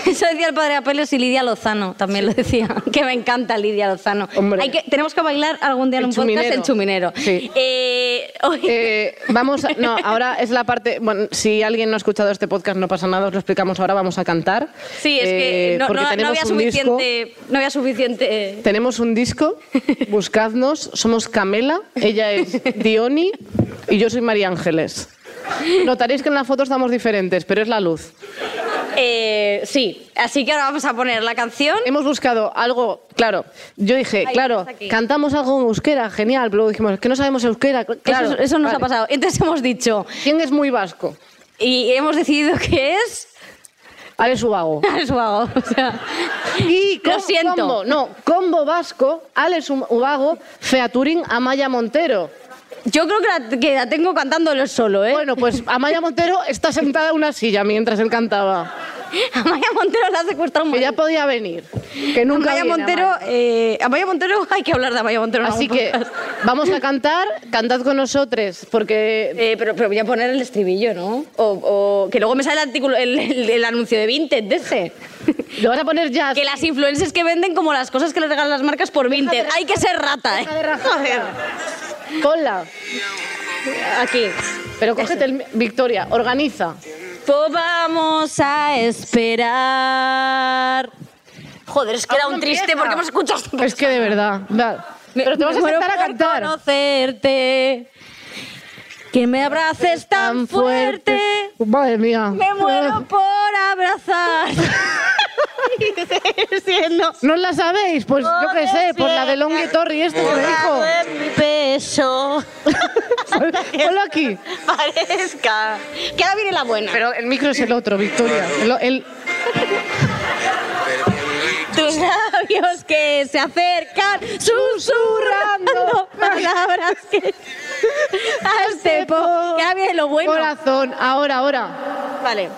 Speaker 4: Eso decía el padre Apeles y Lidia Lozano también lo decía, que me encanta Lidia Lozano.
Speaker 3: Hombre.
Speaker 4: Hay que, tenemos que bailar algún día en
Speaker 3: El
Speaker 4: un podcast
Speaker 3: chuminero.
Speaker 4: el chuminero.
Speaker 3: Sí.
Speaker 4: Eh, hoy-
Speaker 3: Eh, vamos, a- no, ahora es la parte. Bueno, si alguien no ha escuchado este podcast, no pasa nada, os lo explicamos ahora. Vamos a cantar.
Speaker 4: sí, es
Speaker 3: Eh,
Speaker 4: que no,
Speaker 3: porque
Speaker 4: no- no
Speaker 3: tenemos
Speaker 4: había
Speaker 3: un disco-
Speaker 4: suficiente... No había suficiente...
Speaker 3: Tenemos un disco, buscadnos, somos Camela, ella es Dioni y yo soy María Ángeles. Notaréis que en la foto estamos diferentes, pero es la luz.
Speaker 4: Eh, sí, así que ahora vamos a poner la canción.
Speaker 3: Hemos buscado algo, claro. Yo dije,
Speaker 4: Ahí,
Speaker 3: claro,
Speaker 4: está aquí.
Speaker 3: cantamos algo en euskera, genial, pero luego dijimos, es que no sabemos euskera. Claro,
Speaker 4: eso, eso nos
Speaker 3: vale.
Speaker 4: ha pasado. Entonces hemos dicho,
Speaker 3: ¿Quién es muy vasco?
Speaker 4: y hemos decidido que es...
Speaker 3: Ale Subago.
Speaker 4: Es vago, o sea,
Speaker 3: Y
Speaker 4: Lo
Speaker 3: com-
Speaker 4: siento.
Speaker 3: Combo, no, combo vasco, Alex Ubago, Featurín, Amaya Montero.
Speaker 4: yo creo que la, que la tengo cantándolo solo, ¿eh?
Speaker 3: Bueno, pues Amaya Montero está sentada en una silla mientras él cantaba.
Speaker 4: Amaya Montero la ha secuestrado un
Speaker 3: Que ya
Speaker 4: marido.
Speaker 3: podía venir. Que nunca
Speaker 4: Amaya
Speaker 3: viene,
Speaker 4: Montero,
Speaker 3: Amaya.
Speaker 4: eh, Amaya Montero, hay que hablar de Amaya Montero. en
Speaker 3: Así
Speaker 4: algún
Speaker 3: que
Speaker 4: podcast.
Speaker 3: vamos a cantar, cantad con nosotros, porque
Speaker 4: Eh, pero, pero voy a poner el estribillo, ¿no? O, o que luego me sale el, artículo, el, el- el anuncio de Vinted de ese.
Speaker 3: lo vas a poner ya.
Speaker 4: que las influencers que venden como las cosas que les regalan las marcas por Vinted. Hay que ser rata, ¿eh?
Speaker 3: Deja de rajar. Ponla.
Speaker 4: Aquí.
Speaker 3: Pero cógete el... mi- Victoria, organiza.
Speaker 4: Pues vamos a esperar. Joder, es que era
Speaker 3: Aún
Speaker 4: un
Speaker 3: no
Speaker 4: triste
Speaker 3: empieza.
Speaker 4: porque hemos escuchado esta
Speaker 3: Es que de verdad. va. Pero te vas a
Speaker 4: muero
Speaker 3: sentar a
Speaker 4: por
Speaker 3: cantar.
Speaker 4: conocerte. Que me abraces tan fuerte.
Speaker 3: Madre mía.
Speaker 4: Me muero por abrazar. Siendo
Speaker 3: ¿No la sabéis? Pues yo qué sé, por la de Long Torri, esto que me dijo.
Speaker 4: en mi peso.
Speaker 3: Ponlo aquí.
Speaker 4: Parezca. Que ahora viene la buena.
Speaker 3: Pero el micro es el otro, Victoria. El, el-
Speaker 4: Tus labios que se acercan susurrando palabras que hazte po. Que ahora viene lo bueno.
Speaker 3: corazón, ahora, ahora.
Speaker 4: Vale.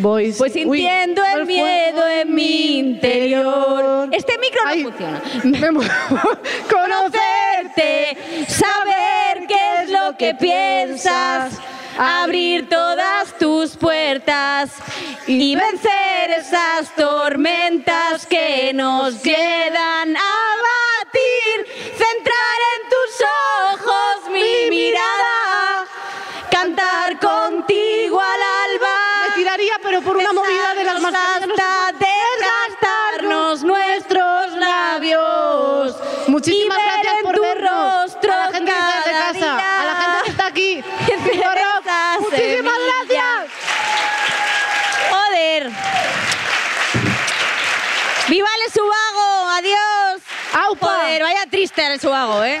Speaker 3: Voy.
Speaker 4: Pues sintiendo el miedo en mi interior. Este micro no
Speaker 3: Ay.
Speaker 4: funciona.
Speaker 3: Me muero.
Speaker 4: Conocerte, saber qué es lo que piensas, abrir todas tus puertas y vencer esas tormentas que nos llegan a batir, centrar en tus ojos mi mirada, cantar contigo al
Speaker 3: Me
Speaker 4: alba.
Speaker 3: tiraría, pero por una movida de las
Speaker 4: Besarnos
Speaker 3: mascarillas. no se
Speaker 4: hasta desgastarnos nuestros labios.
Speaker 3: Muchísimas
Speaker 4: Y ver
Speaker 3: gracias
Speaker 4: en
Speaker 3: por
Speaker 4: tu
Speaker 3: vernos.
Speaker 4: rostro
Speaker 3: a la gente que está
Speaker 4: cada
Speaker 3: de casa, a la gente que está aquí. Viva Rock.
Speaker 4: Cereza,
Speaker 3: Muchísimas
Speaker 4: semilla.
Speaker 3: gracias.
Speaker 4: Joder. ¡Viva el subago! ¡Adiós!
Speaker 3: ¡Aupa!
Speaker 4: Joder, vaya triste el subago, ¿eh?